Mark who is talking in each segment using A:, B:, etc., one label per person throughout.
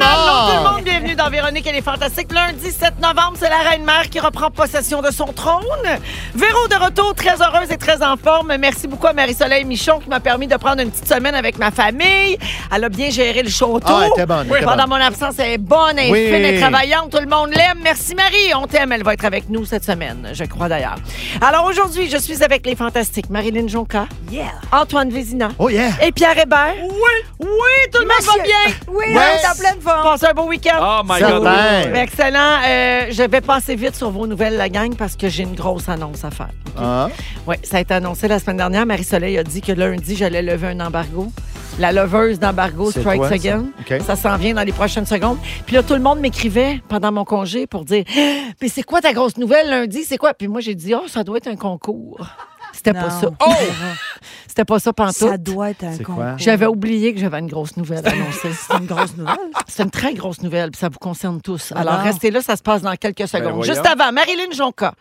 A: Allô, tout
B: on!
A: le monde, bienvenue dans Véronique et les Fantastiques. Lundi 7 novembre, c'est la Reine-Mère qui reprend possession de son trône. Véro de retour, très heureuse et très en forme. Merci beaucoup à Marie-Soleil Michon qui m'a permis de prendre une petite semaine avec ma famille. Elle a bien géré le château.
B: Ah, elle était bonne, elle était
A: Pendant
B: bonne.
A: mon absence, elle est bonne, elle est
B: Oui.
A: fine, elle est travaillante. Tout le monde l'aime. Merci Marie, on t'aime. Elle va être avec nous cette semaine, je crois d'ailleurs. Alors aujourd'hui, je suis avec les Fantastiques. Marilyn Jonca, Antoine Vézina
B: Oh yeah!
A: et Pierre Hébert. Oui! Oui, tout le monde va bien!
C: Oui,
B: Ouais.
C: on est en pleine forme.
A: Passez un beau week-end.
D: Oh my
B: Certain.
D: God.
A: Ben, Excellent. Euh, je vais passer vite sur vos nouvelles, la gang, parce que j'ai une grosse annonce à faire.
B: Ah.
A: Oui, ça a été annoncé la semaine dernière. Marie-Soleil a dit que lundi, j'allais lever un embargo. La leveuse d'embargo
B: C'est
A: Strikes
B: quoi, ça?
A: Again.
B: OK.
A: Ça s'en vient dans les prochaines secondes. Puis là, tout le monde m'écrivait pendant mon congé pour dire Ah, Mais c'est quoi ta grosse nouvelle lundi C'est quoi Puis moi, j'ai dit Oh, ça doit être un concours. C'était pas
C: Non.
A: ça. Oh C'était pas ça, pantoute.
C: Ça doit être un
B: C'est
C: con. Ah
B: quoi?
A: J'avais oublié que j'avais une grosse nouvelle annoncée.
C: C'est une grosse nouvelle.
A: C'est une très grosse nouvelle, puis ça vous concerne tous.
B: Ah
C: Alors.
A: Alors, restez là, ça se passe dans quelques
B: Ben
A: secondes.
D: voyons.
A: Juste avant, Marilyn Jonca,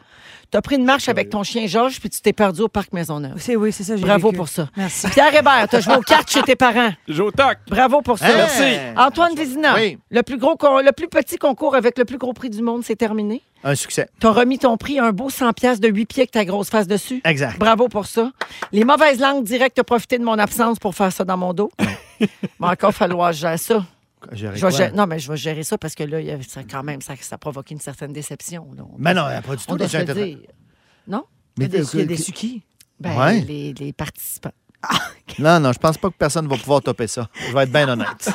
A: tu as pris une marche avec ton chien Georges, puis tu t'es perdu au parc Maisonneuve.
C: C'est oui, c'est ça. j'ai
A: Bravo
C: vécu.
A: pour ça.
C: Merci.
A: Pierre Hébert, tu as joué aux cartes chez tes parents.
D: Jotac.
A: Bravo pour ça.
B: Hey!
A: Antoine Vézina,
B: Hein? Oui.
A: le, plus gros con- le plus petit concours avec le plus gros prix du monde, c'est terminé.
B: Un succès.
A: Tu as remis ton prix, un beau 100 pièces de 8 pieds avec ta grosse face dessus.
B: Exact.
A: Bravo pour ça. Les mauvaises langues directes ont profité de mon absence pour faire ça dans mon dos. Mais encore falloir gérer ça.
B: Gérer
A: Je vais
B: quoi?
A: gérer- non, mais je vais gérer ça parce que là, il y a- ça, quand même, ça, ça provoque une certaine déception. là. On
B: Mais
A: doit
B: non,
A: se-
B: elle a pas du
A: on
B: tout
A: doit
B: déçu
A: se le
B: Internet.
A: dire. Non?
B: Mais
A: il y a des, il y a des
B: que-
A: suki. Ben,
B: Ouais.
A: les, les participants.
B: Non, non, je pense pas que personne va pouvoir topper ça. Je vais être bien honnête.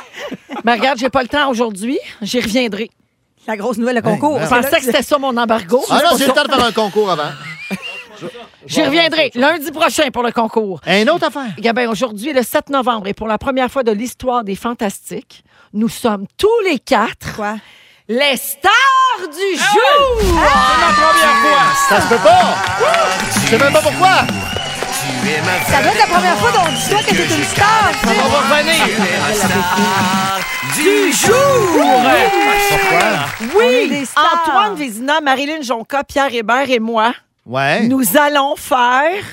A: Mais regarde, j'ai pas le temps aujourd'hui. J'y reviendrai.
C: La grosse nouvelle, le concours.
B: Ouais,
A: Je
B: ouais.
C: C'est
A: pensais
C: là-
A: que c'était ça mon embargo.
B: Ah non,
A: C'est
B: j'ai
A: pas
B: le temps de faire un concours avant.
A: ça. J'y reviendrai lundi prochain pour le concours.
B: Et une autre affaire.
A: Gabin, aujourd'hui, le 7 novembre, et pour la première fois de l'histoire des Fantastiques, nous sommes tous les quatre
C: Quoi?
A: les stars du jour!
B: Ça se peut pas. Je sais même pas pourquoi.
C: Ça doit être la première fois
A: Ah
C: dont dis-toi que t'es une star. tu sais.
B: On va revenir.
A: du jour!
B: Pourquoi?
C: est
A: Oui,
C: des stars.
A: Antoine Vézina, Marilyn Jonca, Pierre Hébert et moi,
B: Ouais.
A: nous allons faire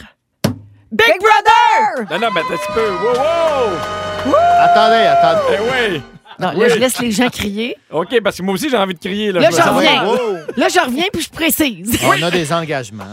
A: Big, Brother!
D: Non, non, mais t'as un petit peu. Wow, wow.
B: Attendez, attendez.
D: Eh oui.
A: Non, là, je laisse les gens crier.
D: OK, parce que moi aussi, j'ai envie de crier. Là,
A: Là,
D: Je me
A: j'en
D: sens-
A: reviens.
B: Wow.
A: Là, je reviens puis je précise.
B: On a des engagements.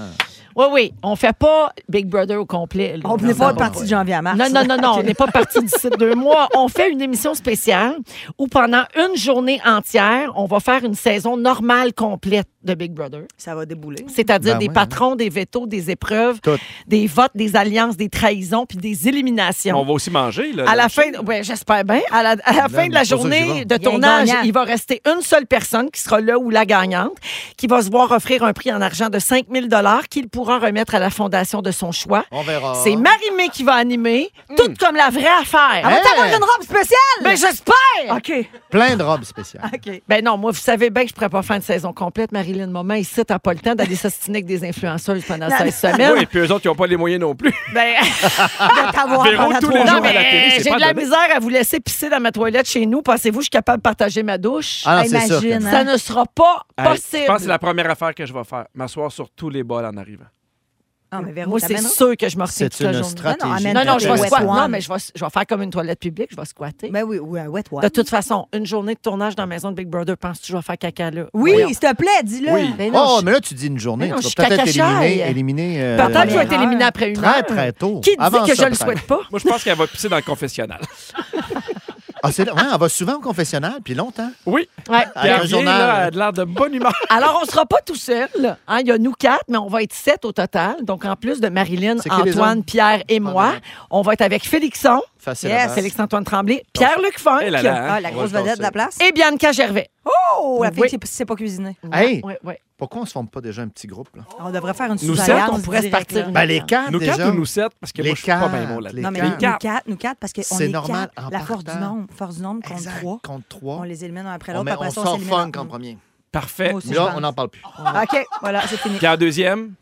A: Oui, oui, on fait pas Big Brother au complet. là.
C: On
A: Non,
C: n'est pas
A: non.
C: parti de janvier à mars.
A: Non, non, non, non, on n'est pas parti d'ici deux mois. On fait une émission spéciale où pendant une journée entière, on va faire une saison normale complète de Big Brother.
C: Ça va débouler.
A: c'est-à-dire
B: Ben
A: des
B: oui,
A: patrons, des vétos, des épreuves,
B: Tout.
A: des votes, des alliances, des trahisons, puis des
D: On
A: éliminations.
D: va aussi manger. Là,
A: À la fin, ouais, j'espère bien, à la, à la fin de la
B: mais c'est pour ça que
A: journée
B: j'y vais.
A: de
C: Il y a un
A: tournage,
C: gagnant.
A: il va rester une seule personne qui sera là ou la gagnante, qui va se voir offrir un prix en argent de 5 000 qu'il pourra remettre à la fondation de son choix.
B: On verra.
A: C'est Marie-Mé qui va animer,
C: Mm.
A: tout comme la vraie affaire.
C: On va
B: Hey.
C: t'avoir une robe spéciale.
A: Mais j'espère!
C: OK.
B: Plein de robes spéciales.
C: OK.
A: Ben non, moi, vous savez bien que je ne pourrais pas faire une saison complète. Marilyn Moment, ici, t'as pas le temps d'aller s'ostiner avec des influenceuses pendant 16 semaines.
D: Oui, puis eux autres, ils n'ont pas les moyens non plus.
A: Ben,
C: De t'avoir
D: Véro,
C: pendant
D: tous
C: trois
D: les
C: jours.
A: non,
D: jours à
A: mais
D: la télé, c'est
A: j'ai
D: pas
A: de la
D: donné.
A: misère à vous laisser pisser dans ma toilette chez nous. Pensez-vous que je suis capable de partager ma douche?
B: Ah non, c'est sûr.
C: Imagine, hein.
B: que-
A: ça ne sera pas
D: Hey, Je
A: possible.
D: pense que c'est la première affaire que je vais faire. M'asseoir sur tous les bols en arrivant.
C: Non, mais Véro,
A: Moi, c'est
C: t'amèneras.
A: sûr que je me retiens
B: C'est
A: toute la
B: une
A: journée.
B: stratégie.
C: amène-
A: Non, non, je vais
C: Wet
A: squatter.
C: one.
A: Non, mais je vais, je vais faire comme une toilette publique. Je vais squatter.
C: Ben oui, ou un wet
A: De
C: one.
A: toute façon, une journée de tournage dans la maison de Big Brother, penses-tu que je vais faire caca là?
C: Oui,
A: Voyons.
C: s'il te plaît, dis-le.
D: Oui.
A: Ben non,
B: Oh,
A: je-
B: mais là, tu dis une journée.
A: Mais non,
B: Tu
A: je
B: vas
A: suis
B: peut-être
A: cacachaille.
B: éliminer. éliminer euh,
A: Peut-être que je vais être
C: première
A: éliminée
C: heure.
A: après une
B: Très,
A: heure.
B: très tôt.
A: Qui dit
B: Avant
A: que
B: ça,
A: je le
B: peut-être.
A: souhaite pas?
D: Moi, je pense qu'elle va pisser dans le confessionnal.
B: Ah, c'est là. Ouais, on va souvent au confessionnal, puis longtemps.
D: Oui.
A: Ouais.
B: À
D: Puis
B: la
D: elle revient,
B: journal.
D: là, elle a de l'air de bonne humeur.
A: Alors, on ne sera pas tout seul. hein. Il y a nous quatre, mais on va être sept au total. Donc, en plus de Marilyn,
B: C'est qui les
A: Antoine,
B: autres?
A: Pierre et moi, on va être avec Félixon,
B: Facile.
C: Yes.
B: à battre.
A: Félix-Antoine Tremblay,
B: Oh.
A: Pierre-Luc Funk
D: Eh là là, hein.
C: Ah, la
B: On
C: grosse
B: va le
C: vedette de la
B: tasser.
C: place.
A: et Bianca Gervais.
C: Oh, la fille
A: Oui.
C: qui ne sait pas cuisiner.
B: Hey,
A: Ouais, ouais.
B: pourquoi on se forme pas déjà un petit groupe? Là?
C: On devrait faire une
D: Nous
C: sous-alliance.
D: sept,
A: on pourrait se
C: directe,
A: partir
C: là.
B: Ben, les quatre,
D: Nous
B: déjà.
D: quatre ou nous sept? Parce que
B: Les
D: moi, je suis pas
B: quatre,
D: bien bon là-dedans.
B: les
C: Non, mais
B: quatre.
C: nous quatre, nous quatre, parce qu'on
B: C'est
C: est
B: normal,
C: quatre.
B: en
C: La force du
B: partant.
C: nombre, force du nombre contre
B: Exact,
C: trois.
B: Contre trois.
C: On les élimine un après
B: on
C: l'autre,
B: met-
C: puis après
B: on
C: ça, on
B: sort
C: s'élimine.
B: funk en premier.
D: Parfait.
C: Mais là, on n'en parle plus.
E: OK, voilà, c'est fini.
D: Puis en deuxième.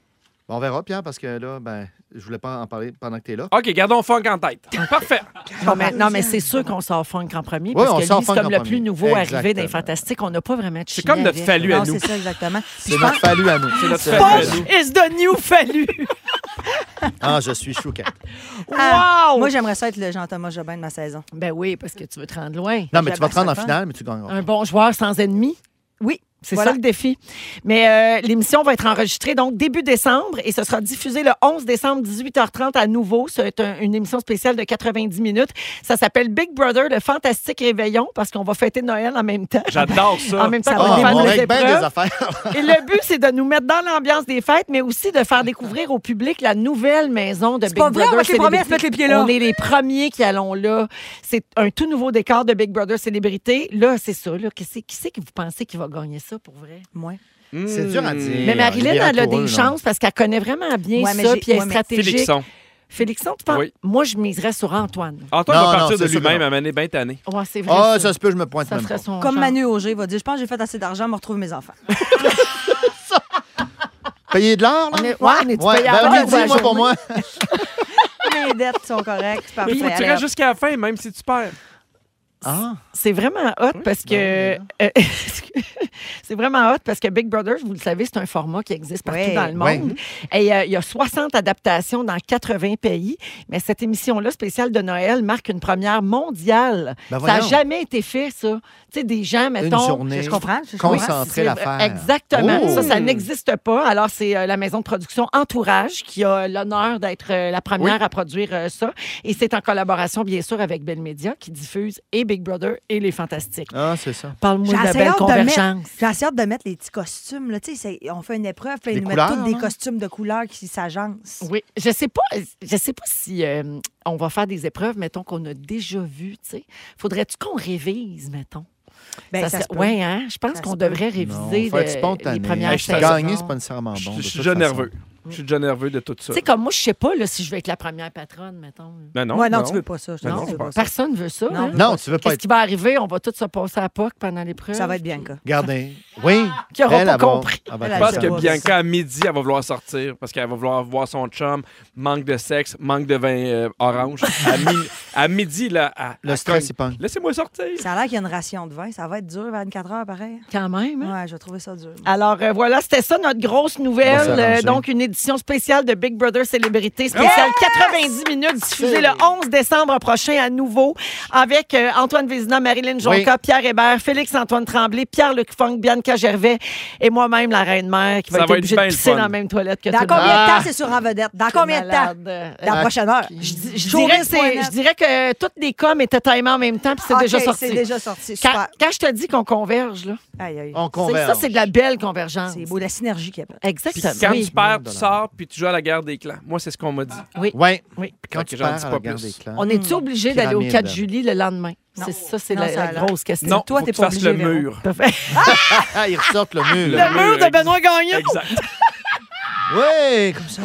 C: Bon, on verra, Pierre, parce que là, ben, je voulais pas en parler pendant que t'es là.
D: OK, gardons funk en tête. Parfait.
E: Ah,
A: Non,
E: ben,
A: mais, non, mais c'est sûr qu'on sort funk en premier.
C: Oui,
A: Parce
C: on
A: que
C: sort
A: lui, c'est
C: funk
A: comme
C: en
A: le plus
C: premier.
A: nouveau arrivé
C: Exactement.
A: des Fantastiques. On n'a pas vraiment de
D: C'est comme notre fallu à
E: Non,
D: nous.
E: c'est ça, exactement. Puis
C: C'est
E: je
C: notre
E: pense-
C: fallu à nous.
D: C'est notre
C: C'est-
D: fallu à nous.
A: Is the new fallu.
C: Ah, je suis chouquette.
E: Ah,
A: wow!
E: Moi, j'aimerais ça être le Jean-Thomas Jobin de ma saison.
A: ben oui, parce que tu veux te rendre loin.
C: Non, mais tu vas te rendre en
E: J'abaisse
C: finale, mais tu gagneras.
A: Un bon joueur sans ennemi.
E: Oui,
A: C'est
E: Voilà.
A: ça le défi. Mais euh, l'émission va être enregistrée donc début décembre et ce sera diffusé le 11 décembre 18h30 à nouveau. C'est un- une émission spéciale de 90 minutes. Ça s'appelle Big Brother, le fantastique réveillon parce qu'on va fêter Noël en même temps.
D: J'adore ça.
A: En même temps,
E: Ça
A: qu'on
E: va.
A: est
C: Ah,
A: fan
C: on
A: des
C: règle bien
A: épreuves.
C: des affaires.
A: Et le but, c'est de nous mettre dans l'ambiance des fêtes, mais aussi de faire découvrir au public la nouvelle maison de Big
E: pas vrai,
A: Brother.
E: on va être les premiers
A: Célébrité.
E: à se mettre les pieds là.
A: On est les premiers qui allons là. C'est un tout nouveau décor de Big Brother Célébrité. Là, c'est ça. Là. Qui c'est qui, c'est que vous pensez qui va gagner ça pour vrai?
E: moi.
D: Hmm.
C: C'est dur à dire.
A: Mais Marilyn,
C: Libéral
A: elle a
C: pour eux,
A: des
C: euh, là.
A: chances parce qu'elle connaît vraiment bien
E: Ouais, mais
A: ça,
E: j'ai-
A: puis elle est
E: ouais, mais-
A: stratégique.
D: Félixon.
A: Félixon, tu penses?
D: Oui.
A: Moi, je miserais sur Antoine.
D: Antoine
C: Non,
D: va
C: non,
D: partir
C: c'est
D: de
C: sûr que
D: lui-même
C: non.
D: à mener bien tanné.
A: Ouais, c'est vrai.
C: Ah,
A: ça,
C: ça se peut, je me pointe
A: Ça
C: même
A: serait
C: pas.
A: son
E: Comme
A: genre.
E: Manu Auger va dire, je pense que j'ai fait assez d'argent, me retrouve mes enfants.
C: Payer de l'or, là?
A: On est- ouais, on est-tu payé à
C: ben,
A: l'heure
C: oui,
A: ou à la
C: dis-moi pour
A: journée?
C: moi.
E: Mes dettes sont correctes, c'est
D: Il
E: parfait.
D: faut que tu
E: Alors,
D: restes jusqu'à la fin, même si tu perds.
C: Ah,
A: C'est vraiment hot parce
C: ben
A: que euh, c'est vraiment hot parce que Big Brother, vous le savez, c'est un format qui existe partout
E: Ouais.
A: dans le
C: Ouais.
A: monde. Et euh, il y a 60 adaptations dans 80 pays, mais cette émission là spéciale de Noël marque une première mondiale.
C: Ben
A: ça n'a
C: voyons.
A: jamais été fait ça. Tu sais des gens mettons
C: journée.
E: Je comprends. je- je-
C: Con-
E: oui.
C: Concentrer
A: Oui,
C: l'affaire.
A: Exactement.
C: Oh!
A: Ça, ça n'existe pas. Alors, c'est euh, la maison de production Entourage qui a l'honneur d'être euh, la première à produire euh, ça. Et c'est en collaboration, bien sûr, avec Bell Media qui diffuse et Big Brother et Les Fantastiques.
C: ah c'est ça.
A: Parle-moi de la
E: assez
A: belle
E: hâte de
A: convergence.
E: mettre- J'ai assez hâte de mettre les petits costumes. Là. Tu sais, c'est- on fait une épreuve, puis
C: Des
E: ils nous
C: couleurs,
E: mettent tous des
C: là.
E: costumes de couleurs qui s'agencent.
A: Oui, je sais pas, je sais pas si euh, on va faire des épreuves, mettons qu'on a déjà vues, tu sais. Faudrait-tu qu'on révise, mettons.
E: Ben, ça, se peut.
A: ouais, hein, je pense
E: Ça
A: qu'on
E: se peut.
A: devrait
C: Non,
A: réviser
C: faut être
A: le-
C: spontané.
A: les premières
D: Hey, je suis
A: saisons.
C: Gagner, c'est pas nécessairement
D: Je
C: Ah bon.
D: je
C: de
D: suis
C: toute
D: déjà
C: façon.
D: nerveux. Je suis déjà nerveux de tout ça.
A: Tu sais, comme moi, je sais pas là, si je vais être la première patronne, mettons.
D: Non, non.
E: Ouais, non, tu veux pas ça. je te
D: Non,
E: dis, tu veux
D: je
E: pas ça.
A: Personne veut ça.
E: Non.
A: hein?
C: Non, tu veux pas
A: Qu'est-ce
C: être.
A: qui va arriver? On va tous se passer à POC pendant l'épreuve.
E: Ça va être bien, cas.
C: Regardez. Oui.
A: Qui aura
C: elle,
A: pas
C: elle va-
A: compris.
C: elle va
E: Elle,
D: Je
C: être
D: pense
E: Ça
D: que
E: va,
D: Bianca, à midi, elle va vouloir sortir parce qu'elle va vouloir voir son chum. Manque de sexe, manque de vin euh, orange. À, mi- à midi, là, à-
C: Le
D: à
C: stress, il
D: cogne.
C: pogne.
D: Laissez-moi sortir.
E: Ça a l'air qu'il y a une ration de vin. Ça va être dur, 24 heures, pareil.
A: Quand même. hein?
E: Ouais, je vais trouver ça dur.
A: Alors euh, voilà, c'était ça notre grosse
C: On va
A: nouvelle.
C: s'arranger.
A: Euh, donc une édition spéciale de Big Brother Célébrité spéciale 90 minutes diffusée le 11 décembre prochain à nouveau avec euh, Antoine Vézina, Marilyn Jonca, Pierre Hébert, Félix-Antoine Tremblay, Pierre-Luc Funk, Bianca Gervais et moi-même la Reine-Mère qui va
D: Ça
A: être
D: va être
A: obligée
D: bien
A: de
D: le
A: pisser
D: fun.
A: dans la même toilette que tout
E: Dans
A: le monde.
E: combien de temps c'est sur en vedette? Dans combien de temps?
A: Malade. Euh, Ah,
E: Dans la prochaine heure.
A: Je, dis- je
E: Showbiz.net.
A: dirais que c'est- je dirais que toutes les coms étaient timées en même temps puis c'est
E: Ok,
A: déjà sorti.
E: C'est déjà sorti.
A: Quand,
E: Super.
A: quand je te dis qu'on converge, là,
E: Aïe, aïe.
C: On
A: c'est-
C: converge.
A: ça, c'est de la belle convergence.
E: C'est beau, la synergie qu'il y a.
D: Puis
A: Exactement.
D: quand
A: Oui.
D: tu perds, tu sors, puis tu joues à la guerre des clans. Moi, c'est ce qu'on m'a dit.
C: Oui.
A: Oui.
C: Quand
D: Fait
C: tu
D: que j'en
C: perds,
D: dis
C: elle
D: pas
C: regarde
D: plus.
C: les clans.
A: On est-tu obligé d'aller au
C: Mmh. Pyramide.
A: 4 juillet le lendemain?
E: Non.
A: C'est ça, c'est
E: Non,
A: la,
E: ça
A: la
E: a l'air.
A: grosse question.
D: Non,
E: toi,
D: faut
E: t'es
D: que tu
E: pas
D: fasses le
E: obligé, Véro.
D: mur.
C: Ah, ils ressortent le mur.
A: Le mur de Benoît Gagnon.
D: Exact.
C: Oui, comme ça.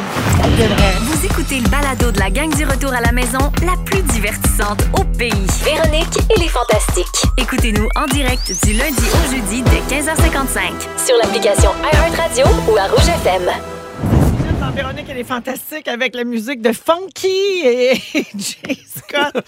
F: Vous écoutez le balado de la gang du retour à la maison, la plus divertissante au pays.
G: Véronique et les Fantastiques.
F: Écoutez-nous en direct du lundi au jeudi dès 15h55.
G: Sur l'application iHeartRadio ou à Rouge FM.
A: Dans Véronique, elle est fantastique avec la musique de Funky et Jay Scott.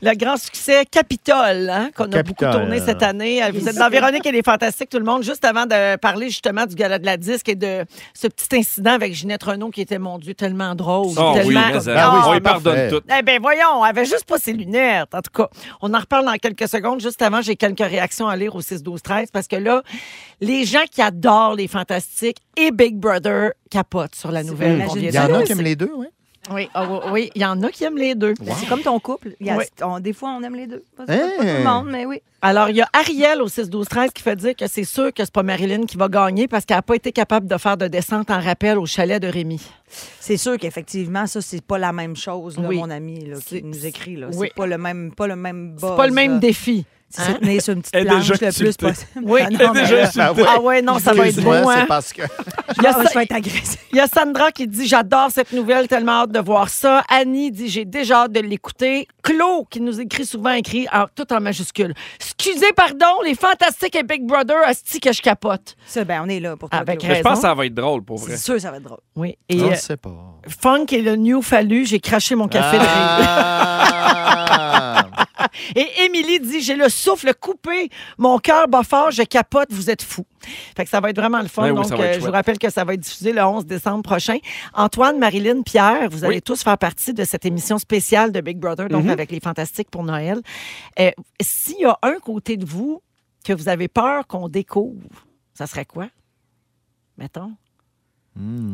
A: Le grand succès Capitole, hein, qu'on a beaucoup
C: Capitole.
A: tourné cette année. Vous êtes dans Véronique, elle est fantastique, tout le monde. Juste avant de parler justement du gala de la disque et de ce petit incident avec Ginette Renault qui était, mon Dieu, tellement drôle.
D: Oh oui,
A: tellement...
D: mais
C: Ah oui,
D: euh, on
C: c'est
D: lui pardonne
C: parfait.
D: tout.
A: Eh bien, voyons, elle avait juste pas ses lunettes. En tout cas, on en reparle dans quelques secondes. Juste avant, j'ai quelques réactions à lire au 6-12-13 parce que là, les gens qui adorent les fantastiques et Big Brother capotent sur la nouvelle.
E: vrai,
A: qu'on
E: imagine
A: vient
C: Il y
A: de
C: en a
A: lire.
C: qui aiment les deux, oui.
A: Oui, ah oui, oui, il y en a qui aiment les deux.
E: C'est comme ton couple. Il y a-
A: Oui.
E: on- des fois, on aime les deux. Pas, pas
C: Hein?
E: tout le monde, mais oui.
A: Alors, il y a Ariel au 6-12-13 qui fait dire que c'est sûr que c'est pas Marilyn qui va gagner parce qu'elle n'a pas été capable de faire de descente en rappel au chalet de Rémi.
E: C'est sûr qu'effectivement, ça, c'est pas la même chose, là,
A: Oui.
E: mon ami, là, qui
A: C'est-
E: nous écrit. là.
A: oui.
E: C'est pas le même, pas le même
A: C'est
E: buzz,
A: pas le même Hein?
E: là.
A: défi.
E: C'est se tenir sur une petite
D: Elle est
E: planche
D: déjà
E: le plus
D: insultée.
E: possible.
A: Oui.
E: Ah non, mais là,
C: Ah ouais.
A: Ah ouais, non, ça va être
C: Excuse-moi,
A: bon. hein?
C: C'est parce que.
E: Je
A: Il y a
E: vais-
A: ça-
E: je vais être agressée.
A: Il y a Sandra qui dit J'adore cette nouvelle, tellement hâte de voir ça. Annie dit J'ai déjà hâte de l'écouter. Claude qui nous écrit souvent, écrit en- tout en majuscule Excusez, pardon, les fantastiques et Big Brother, asti que je capote.
E: Ça, ben, on est là pour toi,
A: Avec
E: Claude.
D: Mais je pense
A: raison.
D: que ça va être drôle, pour vrai.
E: C'est sûr, ça va être drôle.
A: Oui. Et
B: On
A: euh,
B: ne sait pas.
A: Funk et le New Fallu, j'ai craché mon café de rire.
B: Ah!
A: Et Émilie dit J'ai le souffle coupé, mon cœur bat fort, je capote, vous êtes fous. Fait que ça va être vraiment le fun.
D: Ben oui,
A: Donc,
D: ça va être
A: euh, je
D: chouette.
A: vous rappelle que ça va être diffusé le 11 décembre prochain. Antoine, Marilyn, Pierre, vous allez tous faire partie de cette émission spéciale de Big Brother,
D: Mhm.
A: donc avec les Fantastiques pour Noël. Euh, S'il y a un côté de vous que vous avez peur qu'on découvre, ça serait quoi? Mettons.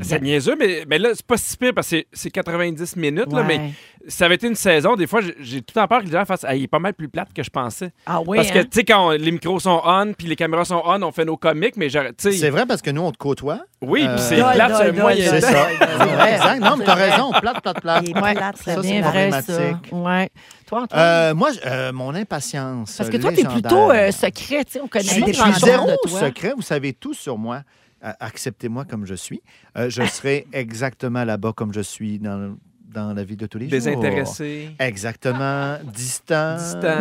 D: C'est
A: Ben,
D: niaiseux, mais, mais là, c'est pas si pire parce que c'est- c'est 90 minutes, là,
A: Ouais.
D: mais ça avait été une saison. Des fois, j'ai- j'ai tout le temps peur que les gens fassent Ah, il est pas mal plus plate que je pensais.
A: Ah oui.
D: parce que,
A: hein?
D: tu sais, quand on- les micros sont on, puis les caméras sont on, on fait nos comics, mais j'aurais-
B: C'est
D: tu sais.
B: vrai parce que nous, on te côtoie.
D: Oui,
B: Euh,
D: puis c'est
E: dole,
D: plate
E: dole,
D: sur le
E: dole,
D: moyen
E: dole.
B: C'est
D: temps.
B: ça.
E: Ouais,
B: C'est vrai, exact. Non, mais t'as raison. Plate, plate, plate.
E: Il est plate, c'est
B: Ça,
E: bien
A: C'est
B: c'est
A: vrai, ça.
B: problématique.
A: Ouais. Toi, Antoine?
B: Euh, moi, je- euh, mon impatience.
A: parce que toi, t'es plutôt euh,
B: légendaire.
A: secret, tu sais, on
B: Je
A: connaît
B: suis,
A: pas
B: je suis
A: grand-chose
B: zéro
A: de toi.
B: secret. Vous savez tout sur moi. Euh, Acceptez-moi comme je suis. Euh, je serai exactement là-bas comme je suis dans, dans la vie de tous les jours.
D: Désintéressé.
B: Exactement. Distant.
D: Distant.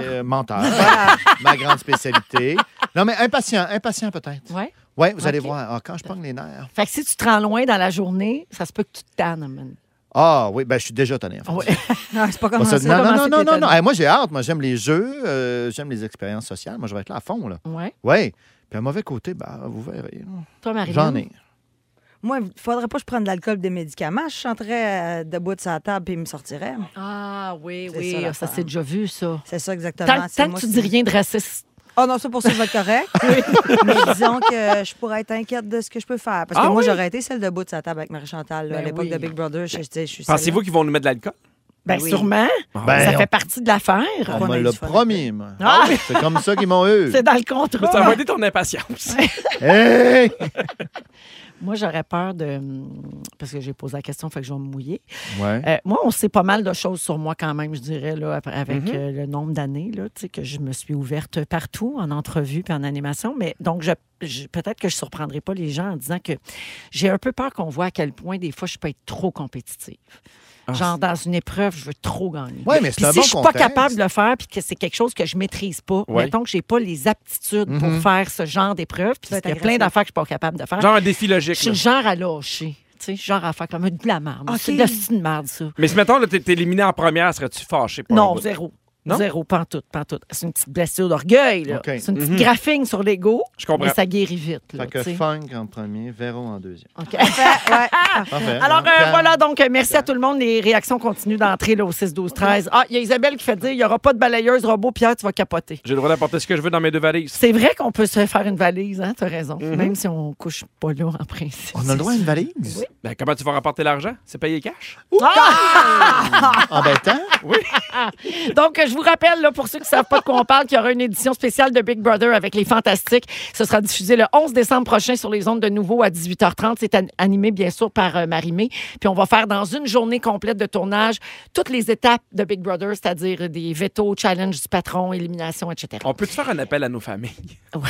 B: Et, euh, menteur. Voilà ma grande spécialité. Non, mais impatient. Impatient peut-être.
A: Ouais.
B: Oui, vous allez
A: Ok.
B: voir. Ah, quand je pogne les nerfs.
A: Fait que si tu te rends loin dans la journée, ça se peut que tu te tannes. man.
B: Ah oui, ben je suis déjà tanné. en fait.
A: Ouais.
E: Non,
B: Pas
E: c'est pas comme
B: ça-
E: ça.
B: non,
E: Comment
B: non,
E: c'est
B: non, non, non,
E: étonnant.
B: non. Eh, moi, j'ai hâte. Moi, j'aime les jeux, euh, j'aime les expériences sociales. Moi, je vais être là à fond, là.
A: Ouais.
B: Oui. Puis, un mauvais côté, ben, vous verrez. là.
A: Toi, Marie.
B: J'en ai.
E: Moi, il faudrait pas que je prenne de l'alcool des médicaments. Je chanterais euh, debout de sa table puis il me sortirait.
A: Ah oui,
E: C'est
A: oui,
E: ça,
A: ça,
E: l'affaire.
A: s'est déjà vu, ça.
E: C'est ça exactement.
A: Tant,
E: C'est
A: tant
E: moi
A: que tu
E: qui-
A: dis rien de raciste.
E: Oh non, ça pour ça, je vais être correct. Mais disons que je pourrais être inquiète de ce que je peux faire. Parce que
D: Ah
E: moi,
D: oui?
E: j'aurais été celle debout de sa table avec Marie-Chantal là, à
A: Ben
E: l'époque
A: oui.
E: de Big Brother. Je, je, dis, je suis
D: Pensez-vous qu'ils vont nous mettre de l'alcool?
A: Ben
E: Oui.
A: sûrement,
B: Ben,
A: ça
B: on-
A: fait partie de l'affaire.
B: On
E: qu'on a
B: me
E: eu
B: l'a
E: du fun
B: Ah, promis, moi.
A: Ah oui.
B: C'est comme ça qu'ils m'ont eu.
A: C'est dans le contrat.
D: Ça va aider ton impatience.
B: Hey!
A: Moi, j'aurais peur de... hum, Parce que j'ai posé la question, fait que je vais me mouiller.
B: Ouais.
A: Euh, moi, on sait pas mal de choses sur moi quand même, je dirais, là, après- avec
B: Mhm.
A: euh, le nombre d'années là, tu sais, que je me suis ouverte partout, en entrevue puis en animation. Mais donc, je, je- peut-être que je surprendrai pas les gens en disant que j'ai un peu peur qu'on voit à quel point, des fois, je peux être trop compétitive. Genre, dans une épreuve, je veux trop gagner.
B: Ah, Ouais, mais c'est
A: Puis
B: un
A: si
B: bon
A: je suis pas
B: contexte.
A: capable de le faire puis que c'est quelque chose que je maîtrise pas,
D: Ouais.
A: mettons que j'ai pas les aptitudes pour
B: Mhm.
A: faire ce genre d'épreuve, puis
E: Tu vas
A: il y a
E: être
A: plein
E: agressif.
A: d'affaires que je suis pas capable de faire.
D: Genre un défi
A: je
D: logique.
A: suis le
D: là.
A: genre à lâcher. Tu sais, je suis genre à faire comme un de la merde.
E: Ok.
A: C'est de la petite merde, ça.
D: Mais si, mettons, là, t'es t'es éliminé en première, serais-tu fâché? pour un
A: Non,
D: bout?
A: zéro.
D: Non?
A: Zéro, pantoute, pantoute. C'est une petite blessure d'orgueil. là.
B: OK. Mhm.
A: C'est une petite graphigne sur l'ego.
D: Je comprends.
A: Mais ça guérit vite. là,
B: Fait que
A: tu sais.
B: Funk en premier, Véro en deuxième.
A: OK.
E: Parfait, ouais.
B: Parfait.
A: Alors euh,
B: Quand-
A: voilà, donc euh, merci à tout le monde. Les réactions continuent d'entrer là, au 6-12-13. Ah, il y a Isabelle qui fait dire il n'y aura pas de balayeuse robot, Pierre, tu vas capoter.
D: J'ai le droit d'apporter ce que je veux dans mes deux valises.
A: C'est vrai qu'on peut se faire une valise, hein, t'as raison. Même si on couche pas là en principe.
B: Mhm. On a le droit à une valise?
D: Ben, comment tu vas rapporter l'argent? C'est payé cash?
A: Ah!
B: Embêtant?
A: Donc, euh, je vous rappelle, là, pour ceux qui ne savent pas de quoi on parle, qu'il y aura une édition spéciale de Big Brother avec les Fantastiques. Ce sera diffusé le 11 décembre prochain sur les ondes de nouveau à 18h30. C'est an- animé, bien sûr, par euh, Marie-Mé. Puis on va faire dans une journée complète de tournage toutes les étapes de Big Brother, c'est-à-dire des veto, challenge du patron, élimination, etc.
D: On peut-tu faire un appel à nos familles?
A: Ouais.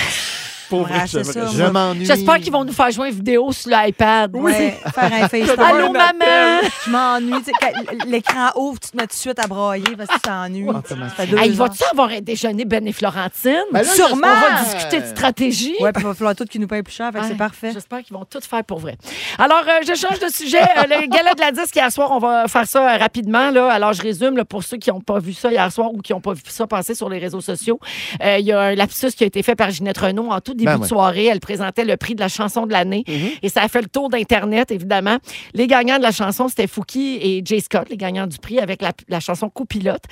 D: Pauvre,
E: Ouais, c'est ça.
B: Je m'ennuie.
A: J'espère qu'ils vont nous faire jouer une vidéo sur l'iPad.
E: Ouais, faire un FaceTime.
A: Allô,
D: un appel.
A: maman!
E: Je m'ennuie. tu sais, quand L'écran ouvre, tu te mets tout de suite à broyer parce que tu t'ennuies. Ça fait deux
A: Hey,
E: ans.
A: va-tu avoir un déjeuner, Ben et Florentine?
B: Ben là,
A: on
E: Sûrement!
A: va
B: j'espère.
A: discuter de stratégie.
E: Ouais, puis il va falloir tout qu'ils nous paye plus cher, fait que c'est
A: Ouais,
E: parfait.
A: J'espère qu'ils vont tout faire pour vrai. Alors, euh, je change de sujet. Euh, le gala de la disque hier soir, on va faire ça euh, rapidement. Là. Alors, je résume là, pour ceux qui n'ont pas vu ça hier soir ou qui n'ont pas vu ça passer sur les réseaux sociaux. Euh, Il y a un lapsus qui a été fait par Ginette Renault en tout début
B: Ben
A: de
B: oui.
A: soirée. Elle présentait le prix de la chanson de l'année
D: Mhm.
A: et ça a fait le tour d'Internet, évidemment. Les gagnants de la chanson, c'était Fouki et Jay Scott, les gagnants du prix avec la, la chanson Copilote.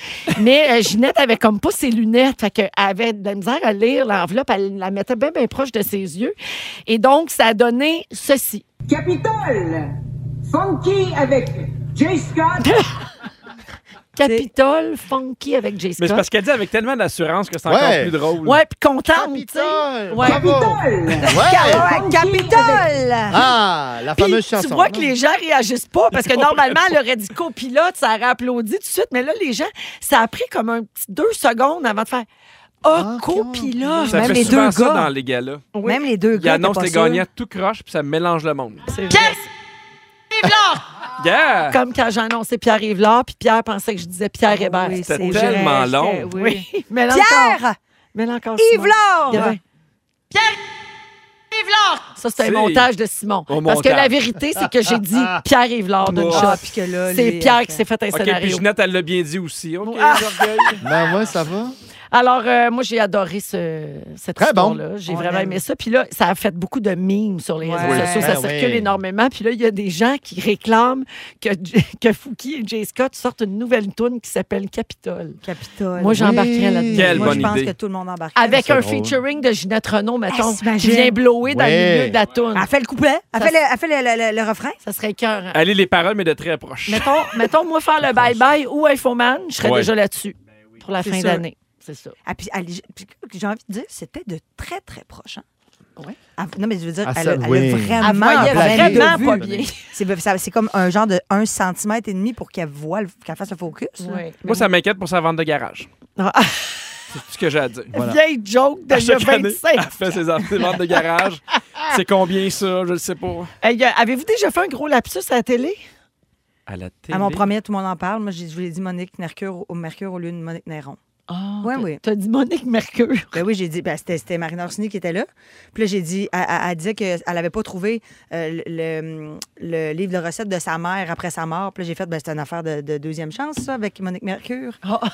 A: Mais euh, Ginette avait comme pas ses lunettes, fait qu'elle avait de la misère à lire l'enveloppe, elle la mettait bien, bien proche de ses yeux. Et donc, ça a donné ceci.
H: Capitole, Funky avec Jay Scott.
A: Capitole funky avec Jay
D: Mais c'est
A: Scott.
D: parce qu'elle dit avec tellement d'assurance que c'est
B: Ouais.
D: encore plus drôle.
A: Ouais, puis contente, tu sais.
B: Capitole!
A: Ouais.
B: Bravo!
H: Capitole.
B: Ouais!
E: Ouais, Capitole!
B: Ah, la
A: Puis,
B: fameuse chanson.
A: tu vois que les gens réagissent pas parce que normalement, elle aurait dit copilote, ça aurait applaudi tout de suite. Mais là, les gens, ça a pris comme un petit deux secondes avant de faire Ah, copilote.
D: Ça
E: Même
D: fait
E: les
D: souvent
E: deux
D: ça
E: gars.
D: dans les galas.
A: Oui.
E: Même les deux
D: Ils
E: gars. t'es
D: annoncent
E: pas
D: les
E: sûr.
D: gagnants tout croche, puis ça mélange le monde.
A: C'est vrai. Pierre Yvelard!
D: Yeah!
A: Comme quand j'ai annoncé Pierre Yvelard, puis Pierre pensait que je disais Pierre Hébert.
E: Ah Oui,
D: C'était
E: c'est vrai,
D: tellement
E: c'est-
D: long.
E: oui.
A: Oui, mais là encore.
E: Pierre!
A: Mais là encore. Simon. Il y
E: Yvelard!
A: avait- Pierre Yvelard! Ça, c'est un
D: C'est-
A: montage de Simon. Parce
D: Au
A: que
D: montage.
A: la vérité, c'est que j'ai dit Pierre Yvelard d'une
D: Oh.
A: shot.
E: Puis que là,
A: C'est
E: les- euh,
A: Pierre qui s'est fait un
D: OK, puis
A: scénario.
D: Ginette, elle l'a bien dit aussi. OK, l'orgueil.
B: Ben ouais, ça va.
A: Alors, euh, moi, j'ai adoré ce, cette
B: Très bon.
A: histoire-là. J'ai
E: On
A: vraiment
E: aime.
A: aimé ça. Puis là, ça a fait beaucoup de mimes sur les réseaux
E: Ouais.
A: sociaux. Ça
B: Ouais,
A: circule
B: ouais.
A: énormément. Puis là, il y a des gens qui réclament que, que Fouki et Jay Scott sortent une nouvelle tune qui s'appelle Capitole.
E: Capitole.
A: Moi, j'embarquerais
B: Oui.
A: là-dedans.
D: Quelle
E: Moi,
D: bonne
E: je pense
D: idée.
E: que tout le monde embarque.
A: Avec
B: C'est
A: un
B: drôle.
A: featuring de Ginette
E: Ah,
A: Renault, mettons,
E: Hey, s'imagine.
A: qui vient blower dans le
B: Ouais.
A: milieu de la tune.
E: Elle fait le couplet. Elle
A: Ça-
E: fait, le, elle fait le, le- le- le refrain.
A: Ça serait cœur.
D: Elle est les paroles, mais de très proche.
A: mettons, mettons, moi, faire le bye-bye ou Infoman, je serais
D: Ouais.
A: déjà là-dessus pour la
E: Ben C'est
A: fin
E: sûr.
A: d'année. C'est ça.
E: Ah, puis elle- puis j'ai envie de dire, c'était de très, très proche. hein.
A: Ouais.
E: Ah, non, mais je veux dire,
B: Ah,
E: elle,
B: ça,
E: a- elle a
B: oui.
A: Elle
E: vraiment.
A: voyait
E: plein de
A: vraiment
E: vues.
A: pas bien.
E: C'est ça- c'est comme un genre de 1 cm et demi pour qu'elle voit, le- qu'elle fasse le focus. là.
A: Ouais.
D: Moi, ça m'inquiète pour sa vente de garage.
A: Ah.
D: C'est tout ce que j'ai à dire.
B: Voilà.
A: Vieille joke de
D: À chaque année,
A: 25.
D: elle fait ses ses ventes de garage. C'est combien ça? Je le sais pas.
A: Hey, euh, Avez-vous déjà fait un gros lapsus à la télé?
D: À la télé.
E: À mon premier, tout le monde en parle. Moi, j'ai- je vous l'ai dit Monique Mercure au Mercure au lieu de Monique Néron. Ouais,
A: Ah, t'as-
E: oui.
A: T'as dit Monique Mercure.
E: Ben oui, j'ai dit, ben, c'était, c'était Marine Orsini qui était là. Puis là, j'ai dit, elle, elle- elle disait qu'elle n'avait pas trouvé euh, le, le livre de recettes de sa mère après sa mort. Puis là, j'ai fait, ben, c'était une affaire de, de deuxième chance, ça, avec Monique Mercure.
A: Ah.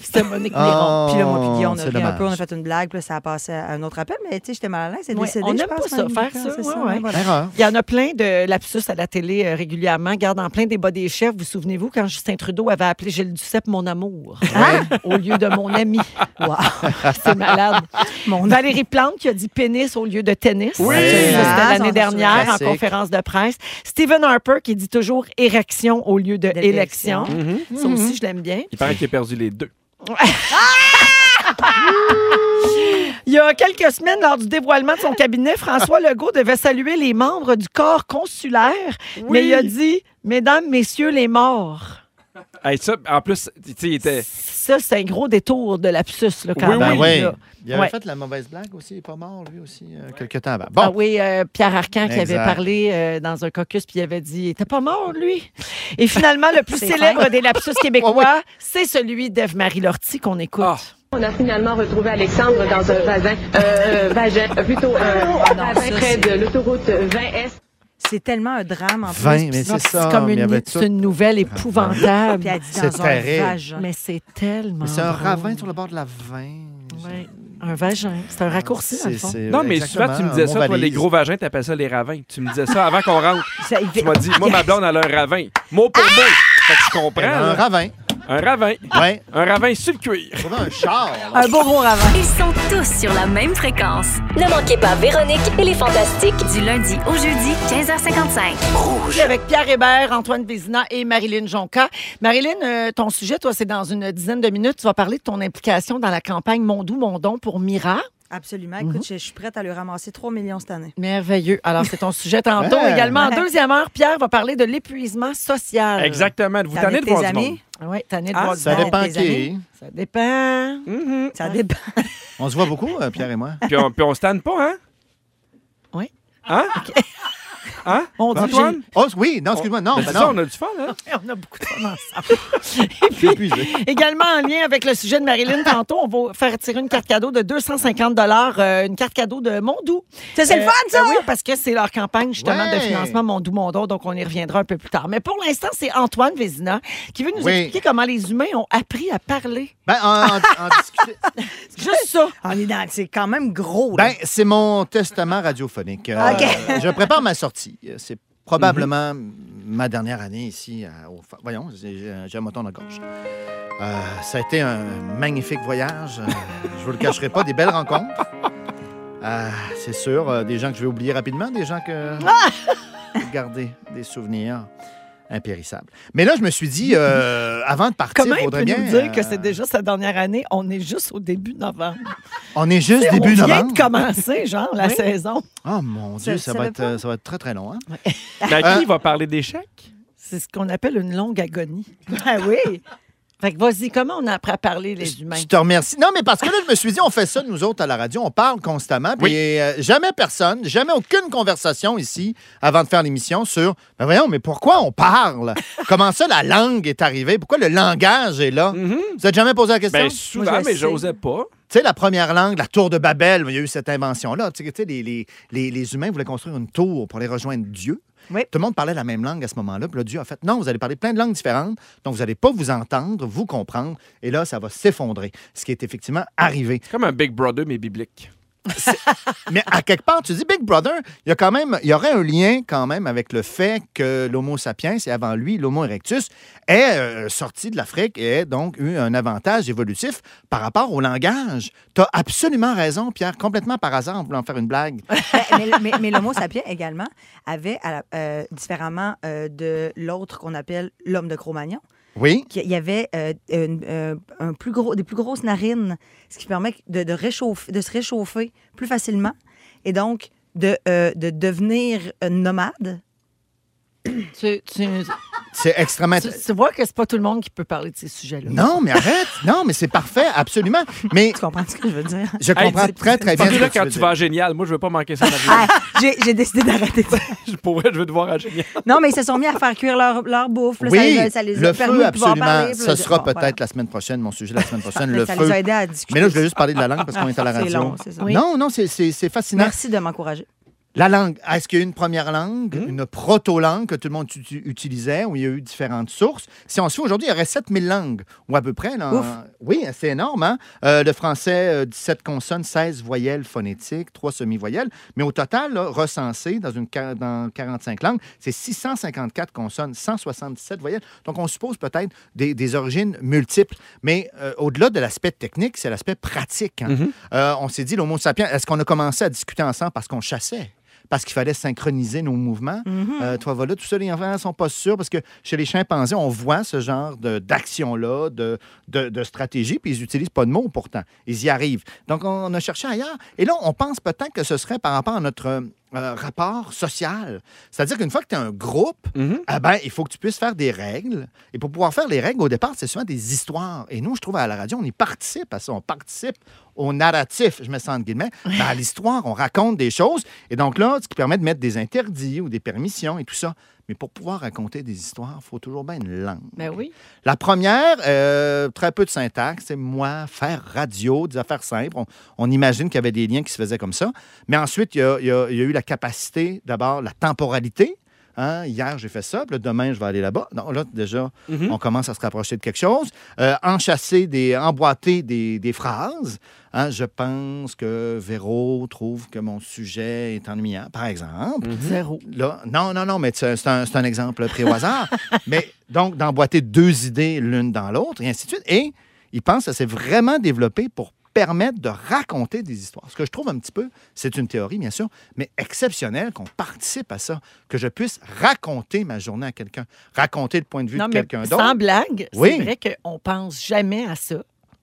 A: C'était Monique
B: Ah,
A: Néron.
E: puis là, moi, puis Guy, on a
B: c'est
E: ri un
B: dommage.
E: peu, on a fait une blague, puis là, ça a passé à un autre appel. Mais tu sais, j'étais mal à l'aise, c'est
A: Ouais,
E: décédé.
A: on
E: je
A: n'aime
E: pense,
A: pas ça,
E: Monique
A: faire
E: Mercure,
A: ça,
E: c'est
A: ouais, ouais.
E: voilà.
B: Erreur.
A: Il y en a plein de lapsus à la télé euh, régulièrement. Garde en plein débat des chefs. Vous souvenez-vous quand Justin Trudeau avait appelé Gilles Duceppe mon amour
E: Hein?
A: au lieu de mon ami? Wow, c'est malade.
E: Mon
A: Valérie Plante qui a dit pénis au lieu de tennis.
B: Oui!
A: Ça,
E: Ah,
A: C'était
E: ça, on
A: l'année
E: s'en
A: dernière en
B: souvient.
A: conférence de presse. Stephen Harper qui dit toujours érection au lieu de élection.
E: D'élection. Mhm.
A: Ça aussi, je l'aime bien.
D: Il paraît qu'il a perdu les deux.
A: Il y a quelques semaines, lors du dévoilement de son cabinet, François
B: Ah.
A: Legault devait saluer les membres du corps consulaire, mais il a dit Mesdames, Messieurs, les morts.
D: Hey, ça, en plus, tu sais, il était.
A: Ça, c'est un gros détour de l'absus, là, quand même.
D: Oui,
B: Ben oui.
A: là.
B: Il avait
A: Ouais.
B: fait la mauvaise blague aussi. Il est pas mort, lui aussi, euh, quelques temps avant.
A: Ah
B: Bon,
A: oui, euh, Pierre Arcan qui avait
B: Exact.
A: parlé euh, dans un caucus, puis il avait dit Il était pas mort, lui. Et finalement, le plus
E: C'est
A: célèbre des lapsus québécois,
B: Ouais,
A: c'est celui d'Ève-Marie Lortie qu'on écoute.
D: Ah.
I: On a finalement retrouvé Alexandre dans un vagin, euh, vagin, euh, plutôt euh,
E: non,
I: vagin
E: ça,
I: près
E: c'est-
I: de l'autoroute 20S.
E: C'est tellement un drame en plus.
B: 20, mais
E: Puis
B: c'est ça.
A: C'est comme
B: mais il y
A: une,
B: avait
A: c'est
B: tout. Ah,
A: une nouvelle épouvantable.
E: Puis elle dit
B: C'est
E: dans un
B: terrible.
E: vagin.
A: Mais c'est tellement.
B: Mais c'est un
A: drôle.
B: ravin sur le bord de la veine.
A: Ouais, Un vagin. C'est un raccourci, dans le fond.
D: Non, mais souvent, tu me disais ça, toi, les gros vagins, t'appelles ça les ravins. Tu me disais ça avant qu'on rentre.
E: Ça, il
D: Tu
E: fait-
D: m'as dit, moi, ma blonde, elle a un ravin. Mot pour mot. Fait que tu comprends.
B: Un
D: là.
B: ravin.
D: Un ravin.
B: Ouais.
D: Un ravin sur le cuir.
B: Trouver un char.
A: Ah,
E: Un beau gros ravin.
F: Ils sont tous sur la même fréquence.
G: Ne manquez pas Véronique et les Fantastiques.
F: Du lundi au jeudi, 15h55.
A: Avec Pierre Hébert, Antoine Vézina et Marilyn Jonca. Marilyn, euh, ton sujet, toi, c'est dans une dizaine de minutes. Tu vas parler de ton implication dans la campagne Mondou Mondon pour Mira.
E: Absolument.
B: Mhm.
E: Écoute, je je suis prête à lui ramasser 3 millions cette année.
A: Merveilleux. Alors, c'est ton sujet tantôt.
B: Ouais.
A: Également, en deuxième heure, Pierre va parler de l'épuisement social.
D: Euh, Exactement. Vous
E: Ça va
D: t'en de
E: être
D: voir
E: tes
D: du monde.
E: amis?
A: Oui, t'en es de
E: Ah,
A: voir du
B: Ça
A: monde.
B: dépend
E: tes
B: qui.
E: amis.
A: Ça dépend.
D: Mhm.
E: Ça dépend.
B: On se voit beaucoup, euh, Pierre et moi.
D: Puis on, puis on se tanne pas, hein?
A: Oui.
D: Hein? Hein?
A: On dit
D: Antoine?
B: Oh, oui, non, excuse-moi. Non,
D: Ben,
B: ben
D: c'est ça,
B: non.
D: on a du fun, hein?
A: Eh, On a beaucoup de fun ensemble. Et puis, également en lien avec le sujet de Marilyn, tantôt, on va faire tirer une carte cadeau de 250 euh, une carte cadeau de Mondou.
E: Ça, c'est le
A: Euh,
E: fun, ça!
A: ben oui, parce que c'est leur campagne, justement,
B: Ouais.
A: de financement Mondou Mondon, donc on y reviendra un peu plus tard. Mais pour l'instant, c'est Antoine Vézina qui veut nous
B: Oui.
A: expliquer comment les humains ont appris à parler.
B: Ben, en, en- en discuter-
A: Juste ça.
E: Ah, On est dans- C'est quand même gros, là.
B: Ben, c'est mon testament radiophonique. Euh,
E: OK.
B: je prépare ma sortie. Euh, C'est probablement
A: Mhm.
B: ma dernière année ici. à- au fa- Voyons, j'ai j'ai- j'ai un moton dans la gorge. Euh, ça a été un magnifique voyage. Euh, je vous le cacherai pas, des belles rencontres. Euh, c'est sûr, euh, des gens que je vais oublier rapidement, des gens que
A: Ah!
B: garder des souvenirs impérissables. Mais là, je me suis dit, euh, avant de partir,
A: Comment il
B: faudrait
A: peut
B: bien
A: nous dire que
B: euh,
A: c'est déjà sa dernière année? On est juste au début novembre.
B: On est juste début
A: on vient
B: novembre.
A: de commencer, genre, la saison.
B: Oh mon
E: Ça-
B: Dieu,
E: ça
B: ça,
E: va
B: va être,
E: pas?
B: euh, ça va être très très long. hein?
D: Mais à qui il va Ben, parler d'échecs?
A: C'est ce qu'on appelle une longue agonie. Ah oui. Fait que vas-y, comment on apprend à parler les humains?
B: Je te remercie. Non, mais parce que là, je me suis dit, on fait ça, nous autres, à la radio. On parle constamment. Puis euh, jamais personne, jamais aucune conversation ici, avant de faire l'émission, sur ben voyons, mais pourquoi on parle? Comment ça, la langue est arrivée? Pourquoi le langage est là? Vous n'êtes jamais posé la question?
D: Mhm. Ben,
B: tu
D: souvent,
E: Moi, je
D: mais
E: sais.
D: j'osais pas.
B: sais, la première langue, la tour de Babel, il y a eu cette invention-là. Tu sais, tu sais, les, les- les- les humains voulaient construire une tour pour les rejoindre Dieu.
E: Oui.
B: Tout le monde parlait la même langue à ce moment-là. Puis là, Dieu a fait non, vous allez parler plein de langues différentes, donc vous n'allez pas vous entendre, vous comprendre. Et là, ça va s'effondrer, ce qui est effectivement arrivé.
D: C'est comme un Big Brother, mais biblique.
B: Mais à quelque part, tu dis Big Brother, il y a quand même, il y aurait un lien quand même avec le fait que l'Homo sapiens et avant lui l'Homo erectus est euh, sorti de l'Afrique et a donc eu un avantage évolutif par rapport au langage. Tu as absolument raison, Pierre, complètement par hasard en voulant faire une blague.
E: Ben, mais, mais, mais le mot sapien également avait, à la- euh, différemment euh, de l'autre qu'on appelle l'homme de Cro-Magnon,
B: Oui.
E: qu'il y avait euh, une- euh, un plus gros, des plus grosses narines, ce qui permet de, de réchauffer, de se réchauffer plus facilement et donc de, euh, de devenir euh, nomade.
A: Tu, tu-
B: C'est extrêmement.
A: tu- tu vois que c'est pas tout le monde qui peut parler de ces sujets-là.
B: Ah, Non, mais arrête. Non, mais c'est parfait, absolument. Mais
E: Tu comprends ce que je veux dire?
B: je comprends
D: dis-
B: très, très bien.
D: Dis-le
B: ce que tu
D: quand
B: veux
D: tu
B: dire.
D: vas à Génial. Moi, je veux pas manquer ça.
E: Ah, j'ai j'ai décidé d'arrêter ça.
D: Pour vrai, je veux te voir à Génial.
E: Non, mais ils se sont mis à faire cuire leur, leur bouffe. là,
B: oui,
E: ça, les a- ça les a
B: le
E: permis
B: feu,
E: de pouvoir
B: absolument.
E: parler, puis là,
B: Ce
E: de-
B: sera
E: bon,
B: peut-être
E: voilà. Ben,
B: la semaine prochaine, mon sujet de la semaine prochaine, le
E: ça
B: feu.
E: les a aidés à discuter.
B: Mais là, je voulais juste parler de la langue parce qu'on est à la
E: C'est
B: radio.
E: long, c'est ça.
B: Non, non, c'est- c'est c'est fascinant.
E: Merci de m'encourager.
B: La langue, est-ce qu'il y a eu une première langue,
E: Hmm?
B: une proto-langue que tout le monde utu- utilisait, où il y a eu différentes sources? Si on se fait aujourd'hui, il y aurait 7000 langues, ou à peu près. là.
E: Ouf.
B: Oui, c'est énorme. hein? Euh, le français, euh, 17 consonnes, 16 voyelles phonétiques, 3 semi-voyelles. Mais au total, là, recensé dans, une, quar- dans 45 langues, c'est 654 consonnes, 177 voyelles. Donc, on suppose peut-être des, des origines multiples. Mais euh, au-delà de l'aspect technique, c'est l'aspect pratique. hein. Euh, on s'est dit, l'homo sapiens, est-ce qu'on a commencé à discuter ensemble parce qu'on chassait? Parce qu'il fallait synchroniser nos mouvements. Euh, toi, voilà, tout ça, les enfants sont pas sûrs parce que chez les chimpanzés, on voit ce genre de- d'action-là, de, de, de stratégie, puis ils n'utilisent pas de mots pourtant. Ils y arrivent. Donc, on, on a cherché ailleurs. Et là, on pense peut-être que ce serait par rapport à notre euh, rapport social. C'est-à-dire qu'une fois que tu es un groupe, ah ben, il faut que tu puisses faire des règles. Et pour pouvoir faire les règles, au départ, c'est souvent des histoires. Et nous, je trouve, à la radio, on y participe à ça. On participe au narratif, je me sens entre guillemets. Ben, à l'histoire, on raconte des choses. Et donc là, ce qui permet de mettre des interdits ou des permissions et tout ça. Mais pour pouvoir raconter des histoires, il faut toujours bien une langue.
A: Ben oui.
B: La première, euh, très peu de syntaxe, c'est moi, faire radio, des affaires simples. On, on imagine qu'il y avait des liens qui se faisaient comme ça. Mais ensuite, il y a, il y a- il y a eu la capacité, d'abord, la temporalité. Hein, hier, j'ai fait ça, puis là, demain, je vais aller là-bas. Non, là, déjà, on commence à se rapprocher de quelque chose. Euh, enchasser, des, emboîter des, des phrases. Hein, je pense que Véro trouve que mon sujet est ennuyant, par exemple.
A: Mhm. Zéro.
B: Là, non, non, non, mais c'est c'est un, c'est un exemple pris au hasard. mais donc, d'emboîter deux idées l'une dans l'autre, et ainsi de suite. Et il pense que c'est vraiment développé pour permettre de raconter des histoires. Ce que je trouve un petit peu, c'est une théorie, bien sûr, mais exceptionnelle qu'on participe à ça, que je puisse raconter ma journée à quelqu'un, raconter le point de vue
A: Non,
B: de
A: mais
B: quelqu'un
A: sans
B: d'autre.
A: blague,
B: Oui.
A: c'est vrai qu'on pense jamais à ça.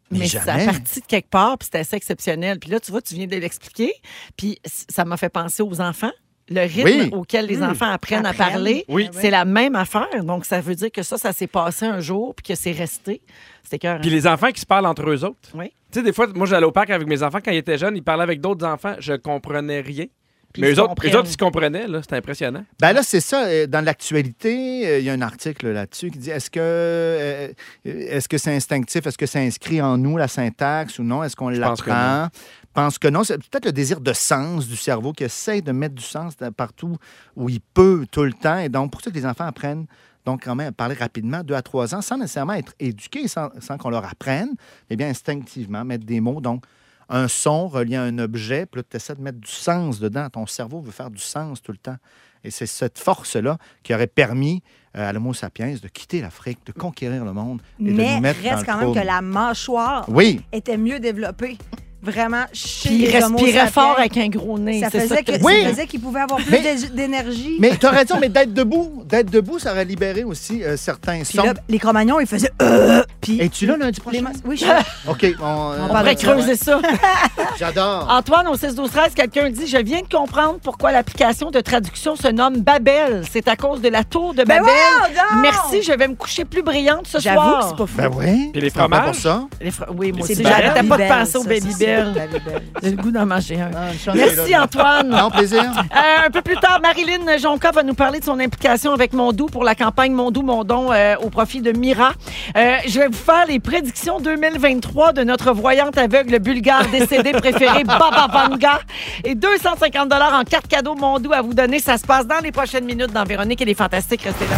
B: Mais
A: Mais ça
B: jamais.
A: a parti de quelque part, puis c'est assez exceptionnel. Puis là, tu vois, tu viens de l'expliquer, puis c- ça m'a fait penser aux enfants. Le rythme
B: Oui. Hmm.
A: auquel les enfants apprennent, à
E: Apprennent.
A: parler,
D: Oui.
A: c'est la même affaire. Donc, ça veut dire que ça, ça s'est passé un jour, puis que c'est resté. C'était cœur. hein.
D: Puis les enfants qui se parlent entre eux autres.
A: Oui.
D: Tu sais, des fois, moi, j'allais au parc avec mes enfants quand ils étaient jeunes, ils parlaient avec d'autres enfants, je comprenais rien.
A: Puis
D: mais
A: ils
D: eux autres,
A: comprennent.
D: eux autres, ils se comprenaient, là. C'était impressionnant.
B: Ben là, c'est ça. euh, Dans l'actualité, euh, il y a un article là-dessus qui dit est-ce que euh, est-ce que c'est instinctif, est-ce que c'est inscrit en nous la syntaxe ou non, est-ce qu'on
D: pense que
B: l'apprend Pense que non. C'est peut-être le désir de sens du cerveau qui essaie de mettre du sens de- partout où il peut tout le temps. Et donc pour ça que les enfants apprennent. Donc, quand même, à parler rapidement, deux à trois ans, sans nécessairement être éduqués, sans, sans qu'on leur apprenne, mais bien instinctivement, mettre des mots. Donc, un son relié à un objet, puis là, tu essaies de mettre du sens dedans. Ton cerveau veut faire du sens tout le temps. Et c'est cette force-là qui aurait permis euh, à l'Homo sapiens de quitter l'Afrique, de conquérir le monde et de
E: Mais
B: nous mettre
E: reste
B: dans
E: quand
B: le
E: même que
B: trouble.
E: la mâchoire
B: Oui,
E: était mieux développée. Vraiment, chez
A: Puis ils
E: les Homo
A: respiraient
E: sapiens.
A: fort avec un gros nez.
E: Ça
A: c'est
E: faisait que-
A: que-
E: ça
B: Oui.
E: faisait qu'ils pouvaient avoir plus
B: Mais-
E: d'é- d'énergie.
B: mais tu as raison, mais d'être debout, d'être debout, ça aurait libéré aussi euh, certains
E: Puis
B: sons.
E: là, les Cro-Magnons, ils faisaient euh, Puis
B: Es-tu là lundi
E: les
B: prochain?
E: ma- Oui, je
A: Ah,
E: suis là.
B: OK, on, euh,
E: On
A: On
E: parle
A: pourrait
E: de ça,
A: creuser ça.
E: Ah.
B: J'adore.
A: Antoine, au 6 12 13 quelqu'un dit Je viens de comprendre pourquoi l'application de traduction se nomme Babel. C'est à cause de la tour de
E: Ben
A: Babel.
E: voyons donc!
A: Merci, je vais me coucher plus brillante ce
E: J'avoue que
A: soir.
E: c'est pas fou.
B: Ben oui.
D: Puis les
B: c'est pas
D: fromages?
B: pour ça.
A: Les fra- Oui, moi
E: C'est
A: aussi,
E: Babel.
A: j'arrêtais pas de
E: Babybel,
A: penser au
E: ça, ça,
A: Baby
E: c'est
A: Bell.
E: Babybel.
A: J'ai le goût d'en manger un.
B: Ah, une chance,
A: Merci,
B: elle est là.
A: Antoine.
B: Non, plaisir.
A: Euh, un peu plus tard, Marilyn Jonca va nous parler de son implication avec Mondou pour la campagne Mondou Mondon euh, au profit de Mira. Euh, je vais vous faire les prédictions 2023 de notre voyante aveugle bulgare décédée préférée, Baba Vanga. Et 250 en cartes cadeaux Mondou à vous donner. Ça se passe dans les prochaines minutes dans Véronique et les Fantastiques. Restez là.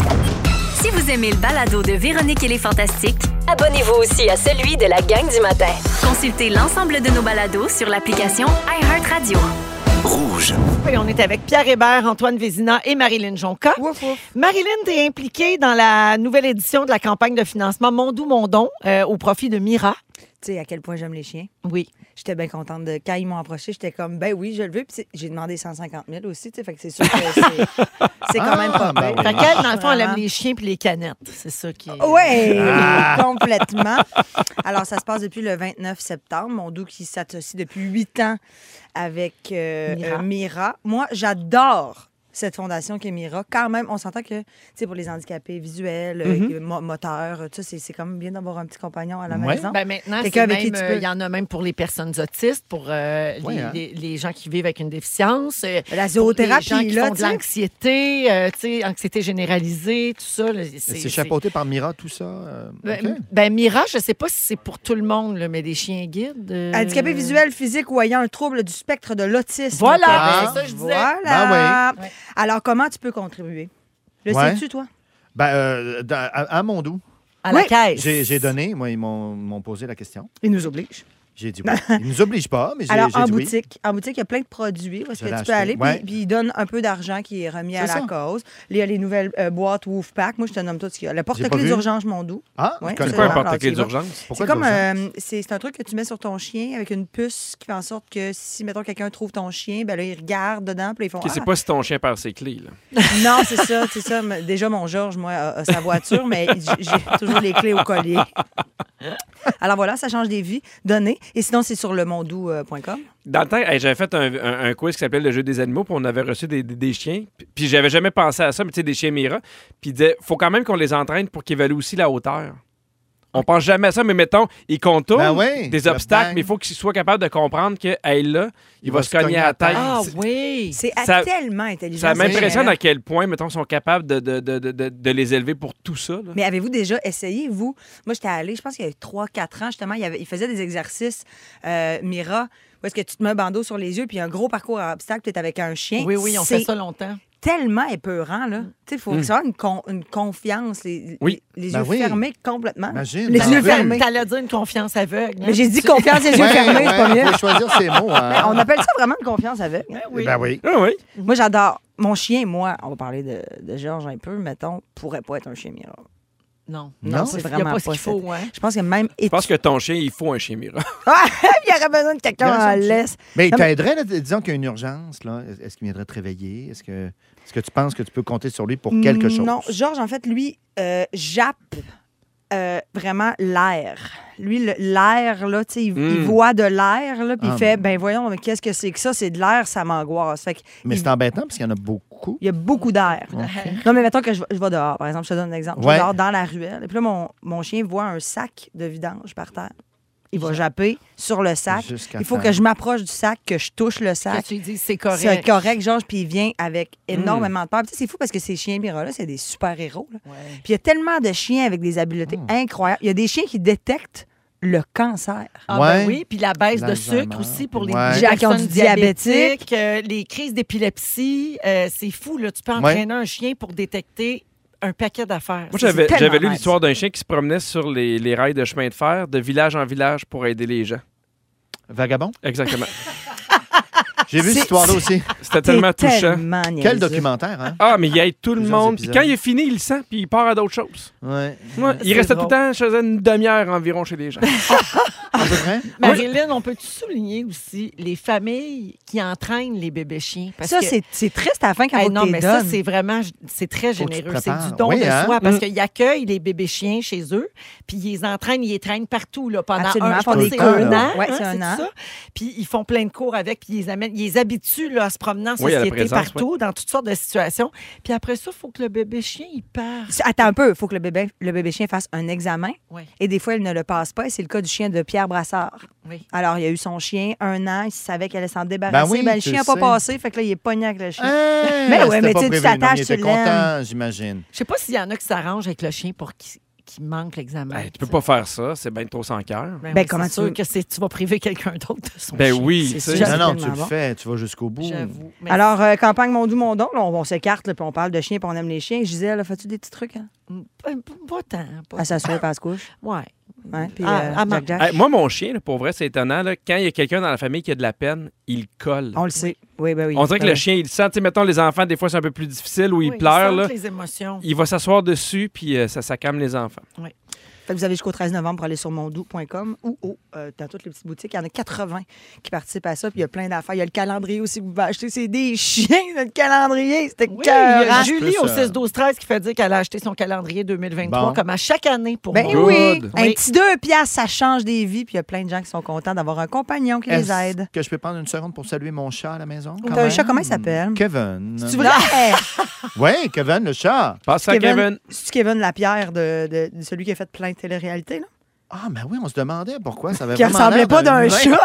F: Si vous aimez le balado de Véronique et les Fantastiques,
G: Abonnez-vous aussi à celui de la gang du matin.
F: consultez l'ensemble de nos balados sur l'application iHeartRadio.
A: Et on est avec Pierre Hébert, Antoine Vézina et Marilyn Jonca.
E: Ouf, ouf.
A: Marilyn, t'es impliquée dans la nouvelle édition de la campagne de financement Mondou Mondon euh, au profit de Mira.
E: Tu sais à quel point j'aime les chiens.
A: Oui.
E: J'étais bien contente de. Quand ils m'ont approché, j'étais comme, ben oui, je le veux. Puis c'est- j'ai demandé 150 000 aussi, tu sais. Fait que c'est sûr que c'est c'est quand même pas
B: Ah, ben
E: mal.
B: oui.
A: Fait qu'elle, dans le fond, elle aime les chiens puis les canettes. C'est ça qui est...
E: Oui, Euh,
A: Ah.
E: complètement. Alors, ça se passe depuis le 29 septembre. Mon doux qui s'associe depuis huit ans avec euh,
A: Mira.
E: euh, Mira. Moi, j'adore cette fondation qui est Mira. Quand même, on s'entend que, tu sais, pour les handicapés visuels, euh,
A: Mm-hmm.
E: mo- moteurs, tout ça, c'est c'est quand même bien d'avoir un petit compagnon à la
B: Ouais.
E: maison.
A: Ben maintenant,
E: Quelqu'un
A: c'est
E: avec qui
A: même,
E: tu
A: euh,
E: peux-
A: il y en a même pour les personnes autistes, pour euh, les,
B: Ouais, hein.
A: les- les gens qui vivent avec une déficience, euh,
E: La
A: pour les gens
E: zoothérapie,
A: qui
E: là,
A: font de
E: tu sais.
A: l'anxiété, euh, tu sais, anxiété généralisée, tout ça. là,
B: C'est chapeauté par Mira, tout ça. euh,
A: Ben,
B: OK.
A: ben, Mira, je sais pas si c'est pour tout le monde, là, mais des chiens guides. euh,
E: Handicapé visuel, physique ou ayant un trouble du spectre de l'autisme.
A: Voilà, Ah. Ben,
E: Québec.
A: c'est ça que je disais.
E: Voilà.
A: Ben oui.
E: Alors, comment tu peux contribuer? Le
B: Ouais.
E: sais-tu, toi?
B: Ben, euh, dans- à, à Mondou,
A: À la
E: Oui.
A: caisse.
B: j'ai j'ai donné. Moi, ils m'ont m'ont posé la question.
E: Il nous oblige.
B: J'ai dit oui. Ils nous obligent pas, mais j'ai
E: Alors,
B: j'ai
E: en
B: dit oui.
E: boutique, en boutique, il y a plein de produits parce
B: Je
E: que tu
B: l'ai acheté,
E: peux aller, puis-
B: ouais.
E: puis, ils donnent un peu d'argent qui est remis à
B: C'est
E: la
B: ça.
E: cause. Il y a les nouvelles euh, boîtes Wolfpack. Moi, je te nomme tout ce qu'il y a. Le porte-clés
B: vu.
E: d'urgence Mondou.
B: Ah,
E: Ouais,
B: je connais
E: c'est
D: Peu
B: pas.
E: vraiment-
D: importe quelle
E: Alors, tu y
D: urgence.
B: Pourquoi
E: C'est comme
B: l'urgence?
E: euh, c'est c'est un truc que tu mets sur ton chien avec une puce qui fait en sorte que si mettons quelqu'un trouve ton chien, ben là il regarde dedans puis là, ils font
D: Ok, C'est
E: Ah!
D: pas si ton chien perd ses clés. Là.
E: Non, c'est ça, c'est ça. Mais Déjà, mon Georges, moi, a, a sa voiture, mais j- j'ai toujours les clés au collier. Alors voilà, ça change des vies. Donnez. Et sinon, c'est sur euh, lemondou.com.
D: Dans le temps, hey, j'avais fait un, un- un quiz qui s'appelait Le jeu des animaux, puis on avait reçu des, des- des chiens. Puis- Puis j'avais jamais pensé à ça, mais tu sais, des chiens Mira. Puis il disait faut quand même qu'on les entraîne pour qu'ils évaluent aussi la hauteur. On pense jamais à ça, mais mettons, ils contournent
B: Ben oui,
D: des
B: le
D: obstacles,
B: bang.
D: mais il faut qu'ils soient capables de comprendre que, hey, là, il, va, se cogner à la tête.
A: Ah
D: C'est-
A: oui.
E: C'est
D: Ça-
E: tellement intelligent.
D: Ça
E: ce
D: m'impressionne
E: chien-là.
D: à quel point, mettons, sont capables de, de, de- de- de- de les élever pour tout ça. là.
E: Mais avez-vous déjà essayé, vous? Moi, j'étais allée, je pense qu'il y a 3-4 ans, justement, il, y avait, il faisait des exercices euh, Mira, où est-ce que tu te mets un bandeau sur les yeux, puis un gros parcours à obstacles, puis t'es avec un chien.
A: Oui, oui, on
E: C'est
A: fait ça Mm. longtemps.
E: tellement épeurant, là. Tu sais, il faut avoir une, con- une confiance, les,
D: Oui.
E: les, les
B: Ben
E: yeux
B: Mm. oui.
E: fermés complètement.
B: Imagine,
E: les
B: t'as
E: yeux
B: vu.
E: fermés.
A: T'allais dire une confiance aveugle. hein?
E: Mais j'ai dit confiance, les yeux
B: Ouais,
E: fermés, c'est pas
B: ouais,
E: mieux.
B: faut choisir ses mots. hein.
E: On appelle ça vraiment une confiance aveugle. hein?
B: Ben oui.
D: Ah oui.
A: Mm.
E: Moi, j'adore. Mon chien, moi, on va parler de, de Georges un peu, mettons, pourrait pas être un chien Mira.
A: Non.
B: Non,
A: c'est
E: c'est
A: vraiment
E: vraiment
A: pas ce
E: pas
A: qu'il faut. hein.
E: Je pense que même
D: Je pense que ton chien, il faut un chien Mira.
E: Ah, il y aurait besoin
B: Il
E: de
B: y
E: quelqu'un
B: a
E: en
B: raison, monsieur.
E: laisse.
B: Mais il
E: Non, mais-
B: t'aiderait, là, disons qu'il y a une urgence. là. Est-ce qu'il viendrait te réveiller? Est-ce que, est que tu penses que tu peux compter sur lui pour quelque chose?
E: Non, Georges, en fait, lui, euh, jappe euh, vraiment l'air. Lui, le- l'air, là, tu sais, il, il
A: Hmm.
D: Mm.
E: voit de l'air, là, puis il
B: Ah.
E: fait, ben voyons, mais qu'est-ce que c'est que ça? C'est de l'air, ça m'angoisse. Fait que
B: Mais
E: il-
B: c'est embêtant parce qu'il y en a beaucoup.
E: Il y a beaucoup d'air. Non, mais mettons que je, vais- je vais dehors, par exemple, je te donne un exemple. Je vais
B: Ouais.
E: dehors dans la ruelle. Et puis là, mon, mon chien voit un sac de vidange par terre. Il va japper sur le sac.
B: Jusqu'à
E: Il faut
B: terre.
E: que je m'approche du sac, que je touche le
A: Que
E: sac.
A: tu lui dises, c'est
E: C'est
A: correct. Hmm.
E: correct, Georges, puis il vient avec énormément de peur. Puis tu sais, C'est fou parce que ces chiens Mira-là, c'est des super-héros. là. Puis il y a tellement de chiens avec des habiletés
A: Hmm.
E: incroyables. Il y a des chiens qui détectent le cancer.
A: Ah ben
B: Ouais.
A: oui, puis la baisse de
B: L'Alzheimer.
A: sucre aussi pour les
B: Ouais.
A: gens qui ont
E: Gens qui ont
A: du
E: du diabétique.
A: diabétique, euh, les crises d'épilepsie, euh, c'est fou là, tu peux entraîner un chien pour détecter un paquet d'affaires.
D: Moi,
A: C'est-
D: j'avais
E: tellement
D: j'avais lu
E: nice.
D: l'histoire d'un chien qui se promenait sur les, les rails de chemin de fer de village en village pour aider les gens.
B: Vagabond?
D: Exactement.
B: J'ai vu cette
E: Ah, C'est-
B: histoire-là aussi.
D: C'était tellement
E: T'es
D: touchant.
E: tellement niaiseux.
B: Quel documentaire, hein?
D: Ah, mais il aide tout le
B: Plusieurs
D: monde. Puis
B: épisodes.
D: quand il est fini, il le sent, puis il part à d'autres choses.
B: Ouais.
D: Ouais, il
A: C'est
D: restait
A: drôle.
D: tout le temps, je faisais une demi-heure environ chez les gens.
B: À peu près?
A: Marilyn, on peut-tu souligner aussi les familles qui entraînent les bébés chiens? Parce
E: Ça,
A: que-
E: c'est c'est triste à la fin quand
A: Eh
E: on
A: non,
E: te
A: mais
E: les
A: ça,
E: donne.
A: c'est vraiment, c'est très
B: Faut que tu te
A: généreux. C'est du
B: prépares.
A: don
B: Oui,
A: de
B: hein?
A: soi parce
D: Mm.
A: qu'ils accueillent les bébés chiens chez eux, puis ils les entraînent, ils les traînent partout là, pendant
E: Absolument,
A: un, je
E: font
A: pense
B: des
A: que c'est
B: cours,
A: un
E: là.
A: an.
E: Ouais,
A: hein,
E: c'est un
A: c'est
E: an.
A: ça. Puis ils font plein de cours avec, puis ils les amènent, ils les habituent là, à se promener en
D: Oui, à la
A: société
D: présence,
A: partout, dans toutes sortes de situations. Puis après ça, il faut que le bébé chien, il part.
E: Attends un peu, il faut que le bébé, le bébé chien fasse un examen.
A: Oui.
E: Et des fois, il ne le passe pas. Et c'est le cas du chien de Pierre Brassard.
A: Oui.
E: Alors, il a eu son chien un an, il savait qu'elle allait s'en débarrasser.
B: Ben oui,
E: le
B: tu
E: chien n'a
B: le
E: pas
B: sais.
E: passé, fait que là, il est pogné avec le
B: Hein,
E: chien. Mais ouais,
B: c'était
E: mais
B: pas
E: tu sais, tu
B: prévu. Non, mais
E: t'attaches,
B: Il était
E: tu l'aimes.
B: content, j'imagine.
A: Je sais pas s'il y en a qui s'arrangent avec le chien pour qu'il qu'il manque l'examen.
D: Hey, tu peux pas faire ça, c'est bien trop sans cœur.
A: Ben,
E: Ben,
A: oui,
E: comment
A: c'est
E: tu
A: sûr
E: veux?
A: que c'est- tu vas priver quelqu'un d'autre de son
D: Ben
A: chien.
D: oui,
E: c'est
D: tu
E: sûr.
D: sais.
E: J'avoue.
B: Non, non, tu
E: tellement
B: le
E: bon.
B: fais, tu vas jusqu'au bout.
A: J'avoue. Mais-
E: Alors, euh, campagne Mon Doux, Mon Don, là, on, on s'écarte, là, puis on parle de chiens, puis on aime les chiens. Gisèle, fais-tu des petits trucs? Hein?
A: Pas, pas tant. Pas...
E: À s'asseoir, passe couche.
A: Ouais.
E: Ouais, puis,
A: Ah,
E: euh,
A: à ma-
E: Jack-Jack.
D: Hey, moi, mon chien, là, pour vrai, c'est étonnant. là, quand il y a quelqu'un dans la famille qui a de la peine, il colle.
E: On le sait. Oui, ben oui.
D: On dirait que
E: Ben
D: le
E: oui.
D: chien, il le sent. Tu sais, mettons, les enfants, des fois, c'est un peu plus difficile où ils
A: Oui,
D: pleurent.
A: sentent
D: là.
A: les émotions.
D: Il va s'asseoir dessus, puis euh, ça, ça calme les enfants.
E: Fait que vous avez jusqu'au 13 novembre pour aller sur mondou.com ou au, euh, dans toutes les petites boutiques. Il y en a 80 qui participent à ça. Puis il y a plein d'affaires. Il y a le calendrier aussi que vous pouvez acheter. C'est des chiens, notre calendrier. C'était
A: Oui, il y
E: cœur.
A: a
B: hein?
A: Julie
B: Plus,
A: au
B: euh,
A: 6-12-13 qui fait dire qu'elle a acheté son calendrier 2023
B: Bon.
A: comme à chaque année pour
E: Ben
A: moi.
D: Good.
E: oui, un
A: Oh, Oui.
E: petit deux piastres, ça change des vies. Puis il y a plein de gens qui sont contents d'avoir un compagnon qui
B: Est-ce
E: les aide.
B: que je peux prendre une seconde pour saluer mon chat à la maison? quand
E: T'as un
B: même?
E: chat, comment il s'appelle?
B: Kevin.
E: C'est-tu vrai? Hey,
B: Oui, Kevin, le chat.
D: Passe à
E: Kevin,
D: Kevin.
E: C'est-tu Kevin Lapierre, de, de- de celui qui a fait plein de télé-réalité? Là?
B: Ah, ben oui, on se demandait pourquoi ça avait
E: Qui
B: vraiment
E: ressemblait
B: l'air
E: pas d'un
B: Ouais.
E: chat.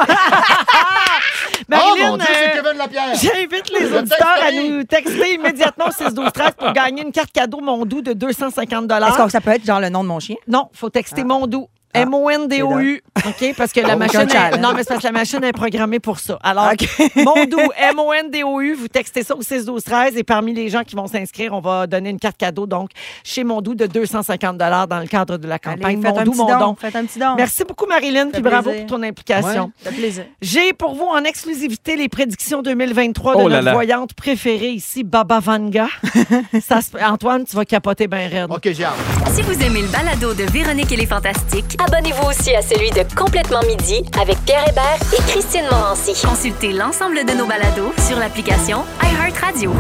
B: Oh
A: Marilyn,
B: mon Dieu, c'est
A: euh,
B: Kevin Lapierre.
A: J'invite les
B: Le
A: auditeurs à
B: texte.
A: nous texter immédiatement au 6-12-13 pour gagner une carte cadeau Mondou de 250
E: Est-ce Ah. que ça peut être genre le nom de mon chien?
A: Non, faut texter Mondou. M-O-N-D-O-U. OK? Parce que la
E: Aucun
A: machine. Est,
E: challenge.
A: non, mais c'est parce que la machine est programmée pour Ah, ça. Alors, Mondou, M-O-N-D-O-U, vous textez ça au 6-12-13 et parmi les gens qui vont s'inscrire, on va donner une carte cadeau, donc, chez Mondou de 250 dans le cadre de la campagne
E: Allez, faites un
A: Mondou,
E: petit
A: Mondon.
E: don. Faites un petit don.
A: Merci beaucoup, Marilyn, puis
E: fait
A: bravo
E: plaisir.
A: pour ton implication.
B: Ouais.
E: Ça fait plaisir.
A: J'ai pour vous en exclusivité les prédictions 2023 de
D: Oh là
A: notre
D: là.
A: voyante préférée ici, Baba Vanga. Ça se- Antoine, tu vas capoter bien raide.
B: OK, j'ai hâte.
F: Si vous aimez le balado de Véronique et les Fantastiques,
G: Abonnez-vous aussi à celui de Complètement Midi avec Pierre Hébert et Christine Morancy.
F: consultez l'ensemble de nos balados sur l'application iHeartRadio.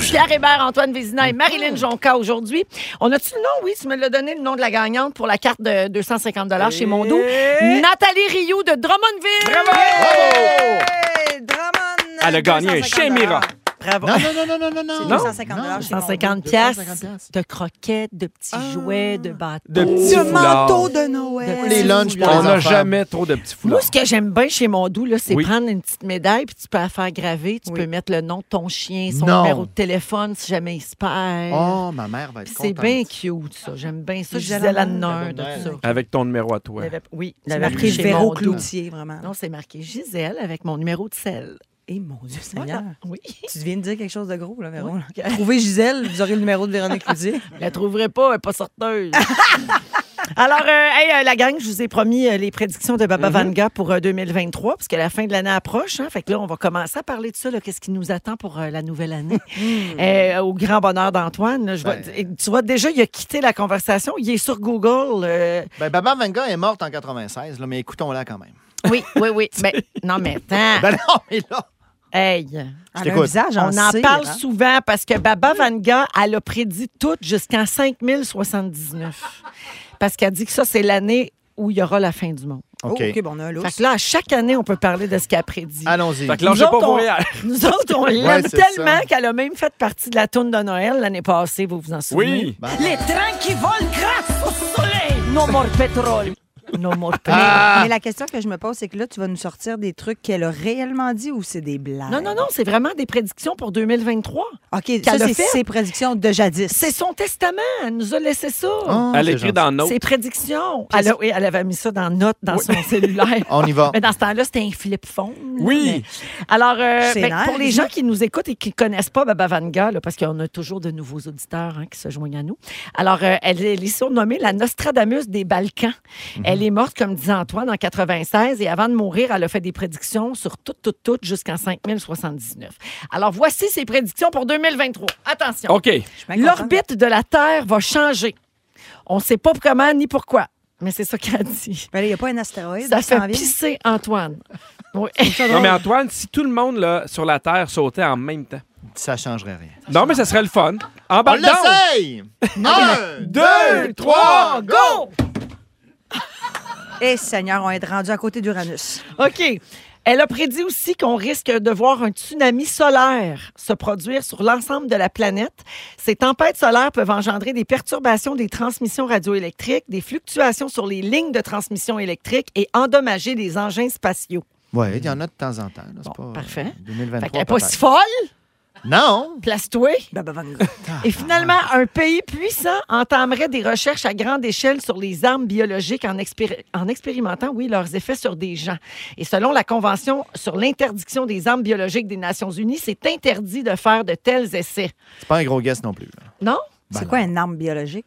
A: Pierre Hébert, Antoine Vézina et Marilyn Jonca aujourd'hui. On a-tu le nom? Oui, tu me l'as donné, le nom de la gagnante pour la carte de 250 chez Mondou. Nathalie Rioux de Drummondville.
E: Hey, Drummond,
D: Elle a gagné un
E: 250
D: chien Mira.
A: Bravo.
B: Non, non, non, non, non, non.
E: C'est
B: non.
E: 250
B: Non.
A: 150
E: chez
B: 250
A: piastres
B: piastres.
A: de croquettes, de petits jouets, de bâtons.
D: De petits
E: Le
D: foulards.
E: manteau de Noël.
B: Les lunchs pour les
D: On n'a
B: enfants.
D: jamais trop de petits
A: Moi,
D: foulards.
A: ce que j'aime bien chez Mondou, là, c'est
D: Oui.
A: prendre une petite médaille, puis tu peux la faire graver, tu peux mettre le nom de ton chien, son
B: Non.
A: numéro de téléphone si jamais il se perd.
B: Oh, ma mère va être
A: Puis
B: contente.
A: c'est bien cute, ça. J'aime bien ça.
E: Les
A: Gisèle
E: Allemands,
A: Hanneur,
B: les
A: de
B: Allemands.
A: tout ça.
D: Avec ton numéro à toi.
A: J'avais- Oui,
E: Il
A: c'est
E: avait pris
A: marqué chez
E: Véro
A: Mondou.
E: Cloutier, vraiment.
A: Non, Eh, c'est marqué Gisèle avec mon numéro de sel.
E: Et mon Dieu Seigneur.
A: Oui.
E: Eh. Tu viens de dire quelque chose de gros, là, Véro. là. Trouvez Gisèle, vous aurez le numéro de Véronique Cloutier.
A: Je la trouverai pas, elle est pas sorteuse. Alors, euh, hey, euh, la gang, je vous ai promis euh, les prédictions de Baba Vanga pour euh, 2023, parce que la fin de l'année approche. hein. fait que là, on va commencer à parler de ça, là, qu'est-ce qui nous attend pour euh, la nouvelle année. Euh, au grand bonheur d'Antoine, là, je vois-
B: Ben.
A: tu vois, déjà, il a quitté la conversation. Il est sur Google. euh,
B: Ben, Baba Vanga est morte en 96, là, mais écoutons-la quand même.
A: Oui, oui, oui. Mais non, mais attends.
B: Ben non, mais là...
A: Hey,
E: Elle a un
B: t'écoute.
E: visage en
A: on en
E: cire,
A: parle
E: Ah, hein.
A: souvent parce que Baba Vanga, elle a prédit tout jusqu'en 5079. Parce qu'elle dit que ça, c'est l'année où il y aura la fin du monde.
E: Oh,
B: OK.
E: OK, bon, on a un lousse.
A: Fait que là, à chaque année, on peut parler de ce qu'elle prédit.
B: Allons-y.
D: Fait que
A: Nous
D: lâchez pas
A: autres,
D: vos
A: on-
D: réels.
A: Nous autres, on l'aime
B: Ouais, c'est
A: tellement
B: ça.
A: qu'elle a même fait partie de la tourne de Noël l'année passée, vous vous en souvenez?
D: Oui.
A: Les trains qui volent grâce au soleil! No more pétrole! No more pétrole.
E: Mais la question que je me pose, c'est que là, tu vas nous sortir des trucs qu'elle a réellement dit ou c'est des blagues?
A: Non, non, non, c'est vraiment des prédictions pour 2023.
E: OK, ça,
A: Qu'elle a
E: c'est
A: fait.
E: ses prédictions de jadis.
A: C'est son testament. Elle nous a laissé ça.
B: Ah,
D: Elle
B: c'est
D: écrit
B: gentil.
D: dans nos.
A: Ses prédictions. Elle, a- oui, elle avait mis ça dans note dans son cellulaire.
B: On y va.
A: Mais dans ce temps-là, c'était un flip phone. là,
D: Oui.
A: mais- Alors, euh,
E: C'est
A: ben,
E: nice.
A: pour les gens qui nous écoutent et qui connaissent pas Baba Vanga, là, parce qu'on a toujours de nouveaux
B: Mhm.
A: auditeurs hein, qui se joignent à nous. Alors, euh, elle, est- elle est surnommée la Nostradamus des Balkans. Elle elle est morte, comme disait Antoine, en 96. Et avant de mourir, elle a fait des prédictions sur tout, tout, tout, jusqu'en 5079. Alors, voici ses prédictions pour 2023. Attention.
D: OK.
A: L'orbite de la Terre va changer. On ne sait pas comment ni pourquoi, mais c'est ça qu'elle dit.
E: Ben Il n'y a pas un astéroïde.
A: Ça
E: qui s'en
A: fait
E: vient?
A: pisser Antoine. Oui.
D: Non, mais Antoine, si tout le monde là, sur la Terre sautait en même temps.
B: Ça changerait rien.
D: Non, mais ça serait le fun. En
B: On
D: bas
B: l'essaye! Un,
D: deux, trois,
B: go!
E: Eh, Seigneur, on est rendu à côté d'Uranus.
A: OK. Elle a prédit aussi qu'on risque de voir un tsunami solaire se produire sur l'ensemble de la planète. Ces tempêtes solaires peuvent engendrer des perturbations des transmissions radioélectriques, des fluctuations sur les lignes de transmission électrique et endommager les engins spatiaux.
B: Oui, il y en a de temps en temps. là, c'est
A: Bon,
B: pas- euh,
A: parfait. Fait
B: 2023,
A: qu'elle n'est pas
B: peut-être.
A: si folle,
B: Non!
A: place-toi.
E: Baba Van Gogh.
A: Et finalement, un pays puissant entamerait des recherches à grande échelle sur les armes biologiques en, expéri- en expérimentant, oui, leurs effets sur des gens. Et selon la Convention sur l'interdiction des armes biologiques des Nations Unies, c'est interdit de faire de tels essais.
B: C'est pas un gros guess non plus. là.
A: Non,
E: C'est quoi une arme biologique?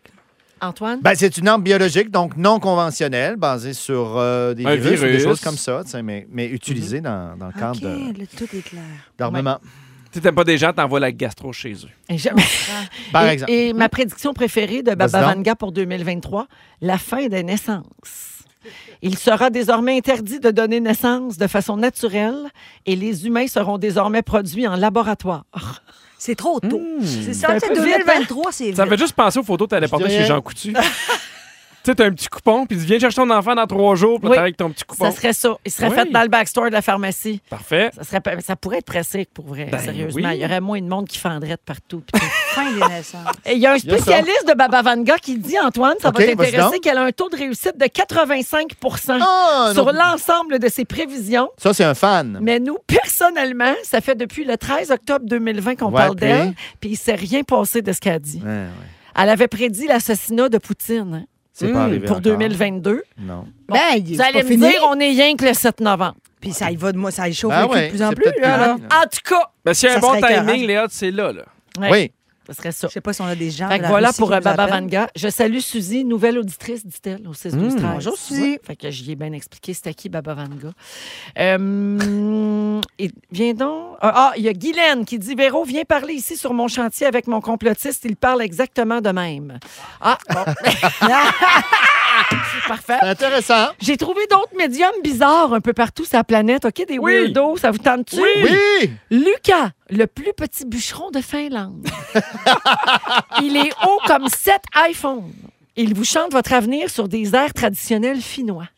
A: Antoine?
B: Ben, c'est une arme biologique, donc non conventionnelle, basée sur euh, des
D: Un
B: virus, ou des
D: virus.
B: choses comme ça, tu sais, mais, mais
A: Mhm.
B: utilisée dans, dans le cadre
E: OK,
B: de-
E: là, tout est clair.
B: d'armement,
D: Si t'aimes pas des gens, t'envoies la gastro chez eux.
A: Et j'aime-
B: par
A: et,
B: exemple.
A: Ben, et ma prédiction préférée de Baba
B: Vas-y donc.
A: Vanga pour 2023, la fin des naissances. Il sera désormais interdit de donner naissance de façon naturelle et les humains seront désormais produits en laboratoire.
E: C'est trop tôt. C'est
A: C'est
E: ça,
A: un
E: tu sais,
A: peu vite,
E: 2023, c'est
D: Ça me fait
E: vite.
D: juste penser aux photos que t'allais porter
B: dirais-
D: chez Jean Coutu. tu sais, t'as un petit coupon, puis tu viens chercher ton enfant dans trois jours, puis là,
A: Oui.
D: t'arrives avec ton petit coupon.
A: Ça serait ça. Il serait
D: Oui.
A: fait dans le backstore de la pharmacie.
D: Parfait.
A: Ça, serait, pas- ça pourrait être très sec pour vrai,
D: Ben
A: sérieusement.
D: oui.
A: Il y aurait moins de monde qui fendrait de partout. pis tout.
E: fin des naissances.
A: Et Il y a un
B: y a ça.
A: spécialiste de Baba Vanga qui dit, Antoine, ça
B: OK,
A: va
B: vas-y
A: t'intéresser,
B: donc.
A: qu'elle a un taux de réussite de 85
B: Ah,
A: sur
B: non.
A: l'ensemble de ses prévisions.
B: Ça, c'est un fan.
A: Mais nous, personnellement, ça fait depuis le 13 octobre 2020 qu'on
B: Ouais,
A: parle
B: puis?
A: d'elle, puis il ne s'est rien passé de ce qu'elle a dit.
B: Ouais, ouais.
A: Elle avait prédit l'assassinat de Poutine
B: C'est
D: Hmm,
B: pas arrivé
A: pour
B: encore.
A: 2022.
B: Non.
A: Bon, Vous allez me dire, on est rien que le 7 novembre.
E: Puis ça y va de moi, ça y chauffe
B: Ben
E: le cul de
B: ouais,
E: plus en
B: c'est
E: plus.
B: peut-être
E: là,
B: plus
E: là.
B: vite,
A: En tout cas,
D: Ben, s'il y a un
E: Ça
D: bon
E: serait écœurant.
D: timing, Léa, c'est là, là.
A: ouais,
B: Oui.
A: ce serait ça.
E: Je sais pas si on a des gens.
A: Fait que
E: de Ah, la
A: voilà
E: Russie
A: pour
E: qui
A: euh,
E: nous
A: Baba
E: appellent.
A: Vanga. Je salue Suzy, nouvelle auditrice, dit-elle, au 6 12 13.
E: Hmm. Bonjour, Suzy.
A: Fait que j'y ai bien expliqué c'était qui Baba Vanga. Euh, et viens donc. Ah, ah, il y a Guylaine qui dit Véro, viens parler ici sur mon chantier avec mon complotiste. Il parle exactement de même. Ah, bon. Parfait.
B: C'est intéressant.
A: J'ai trouvé d'autres médiums bizarres un peu partout sur la planète. OK, des
D: Oui.
A: weirdos, ça vous tente-tu?
B: Oui!
A: Lucas, le plus petit bûcheron de Finlande. Il est haut comme sept iPhones. Il vous chante votre avenir sur des airs traditionnels finnois.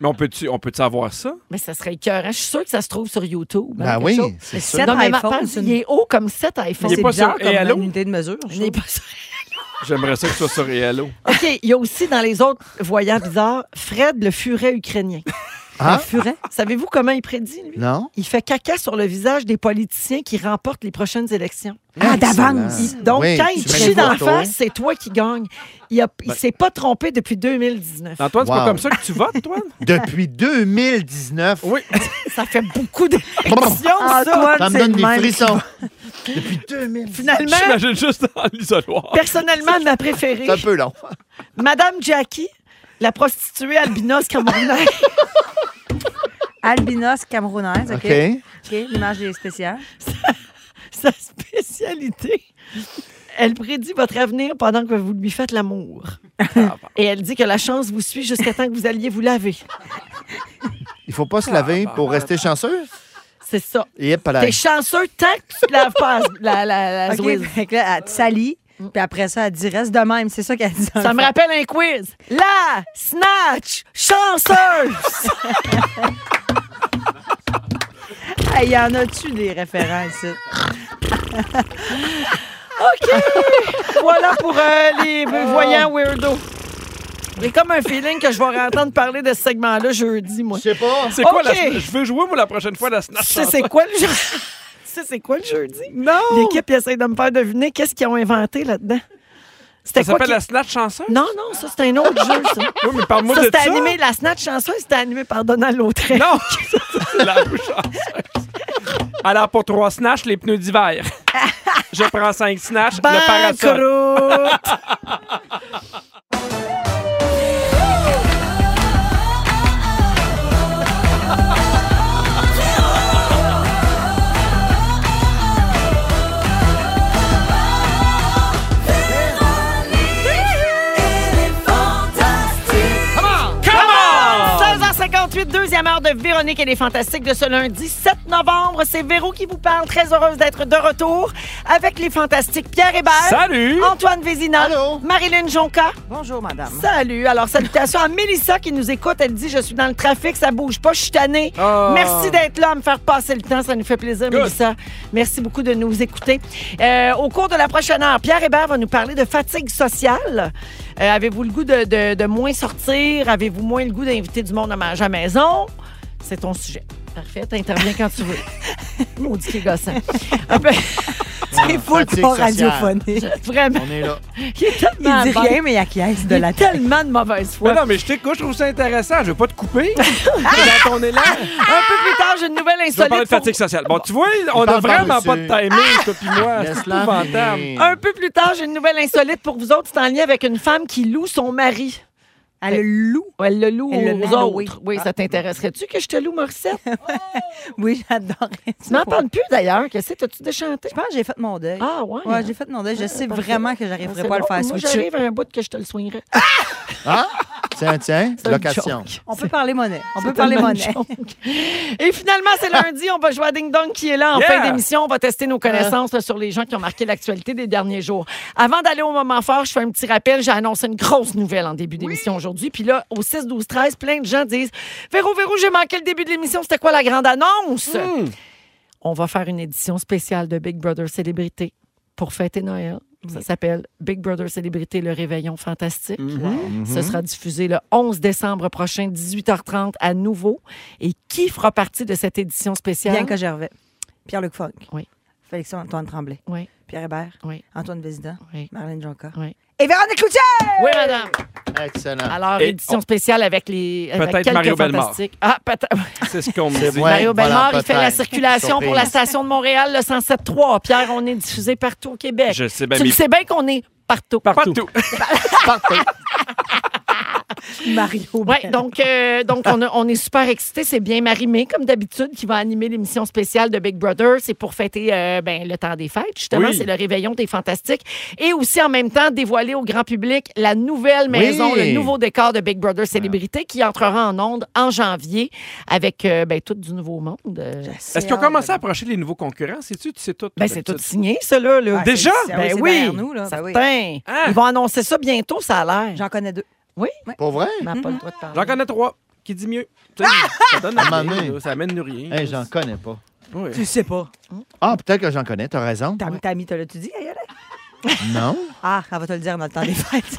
D: Mais on peut-tu on peut savoir ça?
A: Mais ça serait écœurant. Je suis sûre que ça se trouve sur YouTube. hein,
B: Ben
A: quelque
B: oui,
A: chose.
B: c'est
E: Sept
B: ça.
A: Non, mais
E: iPhones,
A: pense,
E: c'est
A: il
E: une-
A: est haut comme sept
E: Mais
A: iPhones.
E: C'est
D: Il est pas
E: bizarre
D: sur- et
E: comme
D: allô?
E: unité de mesure. je
A: Je n'ai
E: trouve.
A: pas ça.
D: J'aimerais ça que ce soit sur Hello.
A: OK, il y a aussi dans les autres voyants bizarres, Fred le furet ukrainien.
B: Hein?
E: Furet.
A: Savez-vous comment il prédit, lui?
B: Non?
A: Il fait caca sur le visage des politiciens qui remportent les prochaines élections.
E: Ah, d'avance.
B: Excellent.
A: Donc,
B: Oui,
A: quand
B: tu
A: il
B: mets
A: chie
B: les
A: dans la
B: photos.
A: face, c'est toi qui gagne. Il ne s'est pas trompé depuis 2019.
D: Antoine, c'est pas
B: Wow.
D: comme ça que tu votes, toi?
B: Depuis 2019.
D: Oui.
A: Ça fait beaucoup de Oh,
E: Antoine,
B: Ça me
E: c'est
B: donne
E: le même.
B: des frissons. Depuis 2000.
A: Finalement,
D: J'imagine juste dans l'isoloir.
A: personnellement, ma préférée,
B: C'est un peu long.
A: Madame Jackie, la prostituée albinos camerounaise.
E: Albinos camerounaise, OK?
B: OK.
E: OK, l'image des spéciales.
A: sa spécialité. Elle prédit votre avenir pendant que vous lui faites l'amour. Et elle dit que la chance vous suit jusqu'à temps que vous alliez vous laver.
B: Il faut pas se
A: Ah,
B: laver pour rester chanceux.
A: C'est ça.
B: Et pas
A: bah, T'es chanceux tant que tu te laves pas la, la, la
E: OK,
A: zouise.
E: fait que là, elle te salit, puis après ça, elle dit reste de même. C'est ça qu'elle dit. dans
A: Mm. Ça
E: le
A: me
E: fond. Ah!
A: rappelle un quiz. La snatch chanceuse.
E: Hey, Il y en a-tu des références? ici?
A: voilà pour euh, les voyants weirdo. J'ai comme un feeling que je vais entendre parler de ce segment-là jeudi, moi.
B: Je sais pas.
D: C'est quoi
A: OK.
D: la. Je veux jouer, moi, la prochaine fois, la
A: Tu
D: Snatch.
A: sais c'est quoi le jeudi? Tu sais c'est quoi le jeudi?
D: Non!
A: L'équipe essaie de me faire deviner qu'est-ce qu'ils ont inventé là-dedans. C'était
D: Ça
A: quoi?
D: s'appelle
A: qui-
D: la Snatch chanceuse?
A: Non, non, ça c'était un autre jeu, ça.
D: Oui, mais parle-moi
A: ça,
D: de
A: c'était
D: ça.
A: animé, la Snatch chanceuse, c'était animé par Donald Lautrec.
D: Non! Ça, c'est la chanceuse. Alors, pour trois snatchs, les pneus d'hiver. Je prends cinq snatchs, le parasol.
A: Banqueroute! de Véronique et les Fantastiques de ce lundi 7 novembre. C'est Véro qui vous parle. Très heureuse d'être de retour avec les Fantastiques Pierre Hébert.
D: Salut!
A: Antoine Vézina.
B: Allô?
A: Marilyn Jonca.
E: Bonjour, madame.
A: Salut. Alors, salutations à Mélissa qui nous écoute. Elle dit Je suis dans le trafic, ça bouge pas, je suis tannée.
D: Ah.
A: Merci d'être là, à me faire passer le temps. Ça nous fait plaisir,
D: Good.
A: Mélissa. Merci beaucoup de nous écouter. Euh, au cours de la prochaine heure, Pierre Hébert va nous parler de fatigue sociale. Euh, Avez-vous le goût de, de- de moins sortir? Avez-vous moins le goût d'inviter du monde à manger à la maison? C'est ton sujet. Parfait, t'interviens quand tu veux. Maudit qui est gossant. Ah ben, Un peu-
E: C'est full
B: fatigue
E: pas
B: Ah, sociale.
E: radiophonique.
A: Vraiment.
B: On est là.
A: Il est tellement
E: Il dit
A: bon.
E: rien, mais il acquiesce de
A: Il
E: la
A: a
E: tête.
A: tellement de mauvaise foi.
D: Mais non, mais je t'écoute, je trouve ça intéressant. Je veux pas te couper dans ton
A: Ah,
D: élan. Ah,
A: Un peu plus tard, j'ai une nouvelle
D: Je veux parler
A: insolite.
D: de fatigue sociale. Bon, tu vois, on
B: parle
D: a
B: par
D: vraiment
B: dessus.
D: pas de timing, toi pis moi. C'est
B: Laisse-la
D: épouvantable.
B: venir.
A: pour- Un peu plus tard, j'ai une nouvelle insolite pour vous autres. C'est en lien avec une femme qui loue son mari.
E: Elle le loue.
A: Ouais, Elle le loue
E: Elle le
A: aux
E: met à
A: autres.
E: louer. Ah.
A: Oui, ça t'intéresserait-tu que je te loue, Morissette?
E: Oui, j'adorais
A: tu m'en parles plus d'ailleurs. Qu'est-ce que t'as-tu déchanté?
E: Je pense que j'ai fait mon deuil.
A: Ah, ouais.
E: Ouais, j'ai fait mon deuil. Je sais
A: parfait.
E: vraiment que j'arriverai pas à le faire
A: Moi,
E: switcher.
A: j'arrive à un bout que je te le soignerai.
B: Hein? Tiens, tiens,
A: un
B: location.
A: joke.
E: On peut parler monnaie. On peut parler
A: tellement
E: monnaie.
A: une joke. Et finalement, c'est lundi. On va jouer à Ding Dong qui est là en
D: Yeah!
A: fin d'émission. On va tester nos connaissances là, sur les gens qui ont marqué l'actualité des derniers jours. Avant d'aller au moment fort, je fais un petit rappel. J'ai annoncé une grosse nouvelle en début d'émission aujourd'hui. Puis là, au 6, 12, 13, plein de gens disent Véro, Véro, j'ai manqué le début de l'émission. C'était quoi la grande annonce? On va faire une édition spéciale de Big Brother Célébrité pour fêter Noël. Ça s'appelle Big Brother Célébrité, le réveillon fantastique.
B: Mhm.
A: Ce sera diffusé le 11 décembre prochain, 18h30 à nouveau. Et qui fera partie de cette édition spéciale?
E: Bianca Gervais. Pierre-Luc Fogg.
A: Oui.
E: Félix-Antoine Tremblay.
A: Oui.
E: Pierre Hébert.
A: Oui.
E: Antoine Vézina.
A: Oui.
E: Marlène Jonca.
A: Oui.
E: Et Véronique Cloutier!
A: Oui, madame.
B: Excellent.
A: Alors,
D: Et
A: édition
D: on-
A: spéciale avec les. avec
D: Peut-être
A: quelques
D: Mario Bellemare.
A: fantastiques. Ah, peut-être.
D: C'est ce qu'on me
B: C'est
D: dit.
B: Ouais,
A: Mario
B: voilà,
A: Bellemare, il fait la
B: peut-être.
A: circulation pour la
B: Surprise.
A: station de Montréal, le 107.3. Pierre, on est diffusé partout au Québec.
D: Je sais bien,
A: tu le
D: mais
A: sais bien qu'on est partout.
D: partout.
B: Parfait.
E: Mario.
A: Oui, donc, euh, donc on, a- on est super excités. C'est bien Marimé, comme d'habitude, qui va animer l'émission spéciale de Big Brother. C'est pour fêter euh, ben, le temps des fêtes, justement.
D: Oui.
A: C'est le réveillon des fantastiques. Et aussi, en même temps, dévoiler au grand public la nouvelle maison,
B: Oui.
A: le nouveau décor de Big Brother Célébrité qui entrera en onde en janvier avec euh, ben, tout du nouveau monde. Euh,
D: Est-ce qu'ils ont commencé à approcher les nouveaux concurrents? Sais-tu, tu sais tout?
A: ben, c'est tout signé, ça, là. là.
D: Des- Déjà?
A: Ben
E: Ben
A: oui.
E: oui. nous, là. Ben oui.
A: Certain.
D: Ah.
A: Ils vont annoncer ça bientôt, ça a l'air.
E: J'en connais deux.
B: Pour vrai?
A: On n'a pas le droit de parler.
D: J'en connais trois. Qui dit mieux? Tu sais, ça donne
B: À un moment
D: rien,
B: donné.
D: là, ça amène nous rien.
B: Hey, j'en connais pas.
D: Ouais.
E: Tu sais pas.
B: Ah, peut-être que j'en connais, t'as raison.
E: T'as t'as mis, t'as l'as-tu dit? Ayala?
B: Non.
E: Ah, elle va te le dire dans le temps des fêtes.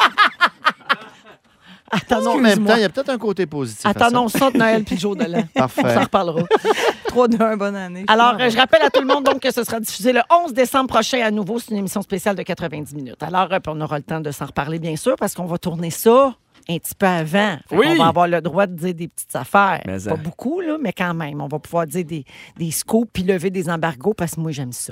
A: Attends,
B: En
A: non,
B: même temps, il y a peut-être un côté positif. à ça.
A: Attendons ça de Noël puis le jour de l'an. On
B: Parfait.
A: s'en reparlera.
E: 3, 2, 1, bonne année.
A: Alors, euh, je rappelle à tout le monde donc que ce sera diffusé le 11 décembre prochain à nouveau. C'est une émission spéciale de 90 minutes. Alors, euh, puis on aura le temps de s'en reparler, bien sûr, parce qu'on va tourner ça un petit peu avant.
D: Oui.
A: On va avoir le droit de dire des petites affaires.
D: Mais
A: Pas
B: hein.
D: ça.
A: beaucoup, là, mais quand même. On va pouvoir dire des, des scoops puis lever des embargos parce que moi, j'aime ça.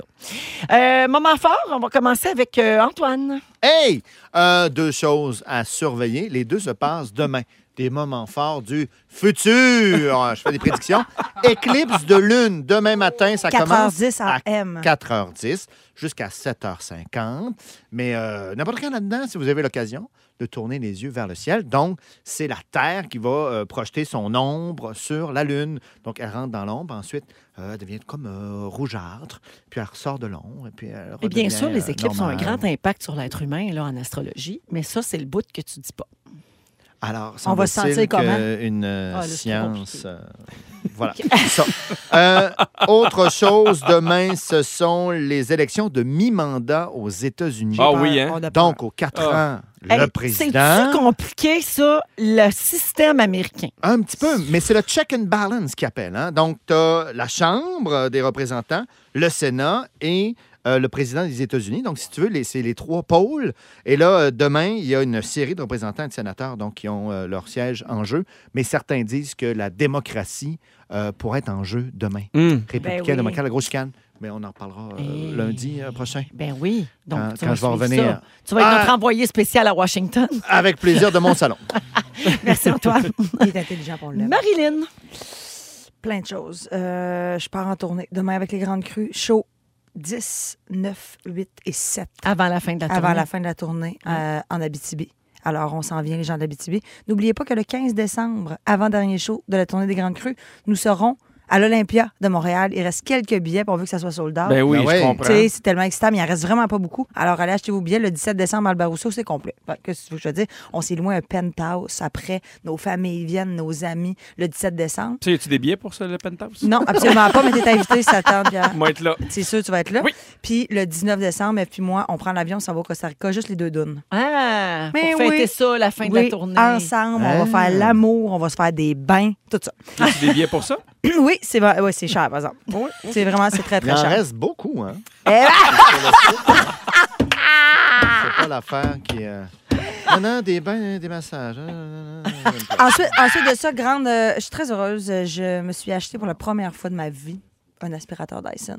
A: Euh, moment fort, on va commencer avec euh, Antoine.
B: Hey! Euh, deux choses à surveiller. Les deux se passent demain. Des moments forts du futur. Ah, Je fais des prédictions. Éclipse de lune demain matin. Ça
E: 4h10
B: commence
E: AM.
B: 4h10 jusqu'à 7h50. Mais euh, n'importe quand là-dedans, si vous avez l'occasion de tourner les yeux vers le ciel. Donc, c'est la Terre qui va euh, projeter son ombre sur la Lune. Donc, elle rentre dans l'ombre. Ensuite, euh, elle devient comme euh, rougeâtre. Puis, elle ressort de l'ombre. Et puis, elle
A: Et bien
B: redevient,
A: sûr, les
B: euh,
A: éclipses ont un
B: normale.
A: grand impact sur l'être humain là, en astrologie, mais ça, c'est le bout que tu dis pas.
B: Alors,
E: On va se
B: semble-t-il
E: sentir
B: que
E: comment?
B: Une euh,
A: Ah, là, c'est trop
B: science. euh, voilà. Ça. Euh, autre chose, demain, ce sont les élections de mi-mandat aux États-Unis.
D: Ah oui, hein?
B: Donc, aux quatre ans, le
A: Hey,
B: président.
A: C'est-tu compliqué, ça, le système américain?
B: Un petit peu, mais c'est le check and balance qui appelle. hein. Donc, tu as la Chambre des représentants, le Sénat et euh, le président des États-Unis. Donc, si tu veux, les- c'est les trois pôles. Et là, euh, demain, il y a une série de représentants et de sénateurs donc, qui ont euh, leur siège en jeu. Mais certains disent que la démocratie euh, pourrait être en jeu demain.
D: Hmm.
B: Républicain,
A: oui.
B: démocrate, la grosse chicane. Mais on en reparlera euh,
A: Hey.
B: lundi euh, prochain.
A: Ben oui. Donc,
B: Quand-
A: tu
B: quand
A: vas
B: je vais
A: suivre
B: revenir.
A: ça. Tu vas être
B: Ah!
A: notre envoyé spécial à Washington.
B: Avec plaisir de mon salon.
A: Merci, Antoine.
E: Il est intelligent pour l'aime.
A: Marilyn.
E: Plein de choses. Euh, je pars en tournée. Demain avec les grandes crues. Show 10, 9, 8 et 7.
A: Avant la fin de la
E: avant
A: tournée.
D: Ah.
E: la fin de la tournée euh, en Abitibi. Alors, on s'en vient, les gens d'Abitibi. N'oubliez pas que le 15 décembre, avant-dernier show de la tournée des Grandes Crues, nous serons à l'Olympia de Montréal. Il reste quelques billets, puis on veut que ça soit sold out.
D: Ben oui,
B: Ben
D: je
B: ouais.
D: comprends.
E: Tu sais, c'est tellement excitant, mais il en reste vraiment pas beaucoup. Alors, allez acheter vos billets. Le 17 décembre, à Albarousseau, c'est complet. Fait que, ce que je veux dire, on s'est loin un penthouse après. Nos familles viennent, nos amis, le 17 décembre.
D: Tu sais, tu des billets pour ça, le penthouse?
E: Non, absolument pas, mais t'es invité si ça te tente, Pierre.
D: Moi, être là.
E: C'est sûr, tu vas être là.
D: Oui.
E: Puis le 19 décembre, puis moi, on prend l'avion, on s'en va au Costa Rica, juste les deux dounes.
A: Ah,
E: Mais
A: pour fêter
E: oui.
A: ça, la fin de la
E: Oui,
A: tournée.
E: Ensemble, on
B: Ah.
E: va faire l'amour, on va se faire des bains, tout ça.
D: Tu des billets pour ça?
E: oui, c'est vrai- ouais, c'est cher, par exemple. C'est vraiment, c'est très,
B: Il
E: très
B: en
E: cher.
B: reste beaucoup, hein?
E: Eh ben!
B: C'est pas l'affaire qui. euh, Non, non, des bains, des massages. hein, non, non, non, j'aime
A: Ah,
B: pas.
E: ensuite, ensuite de ça, grande, euh, je suis très heureuse. euh, Je me suis acheté pour la première fois de ma vie un aspirateur Dyson.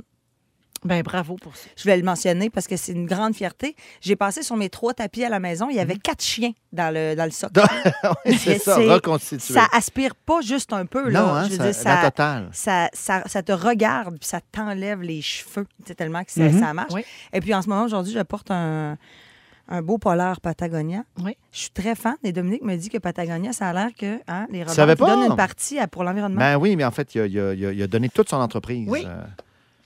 A: Ben bravo pour ça.
E: Je voulais le mentionner parce que c'est une grande fierté. J'ai passé sur mes trois tapis à la maison. Il y avait
B: Mhm.
E: quatre chiens dans le, dans le socle.
B: Oui, Ah c'est ça,
E: C'est-
B: reconstitué.
E: Ça aspire pas juste un peu. Là.
B: non, hein,
E: je veux
B: ça-
E: dire,
B: la
E: ça,
B: totale.
E: ça, ça, ça te regarde puis ça t'enlève les cheveux tu sais, tellement que ça, ça marche.
A: Oui.
E: Et puis en ce moment, aujourd'hui, je porte un, un beau polar Patagonia.
A: Oui.
E: Je suis très fan et Dominique me dit que Patagonia, ça a l'air que hein, les
B: savais
E: Roberts
B: pas?
E: donnent une partie à- pour l'environnement.
B: Ben oui, mais en fait, il a, il a- il a- il a donné toute son entreprise. euh,
A: Oui.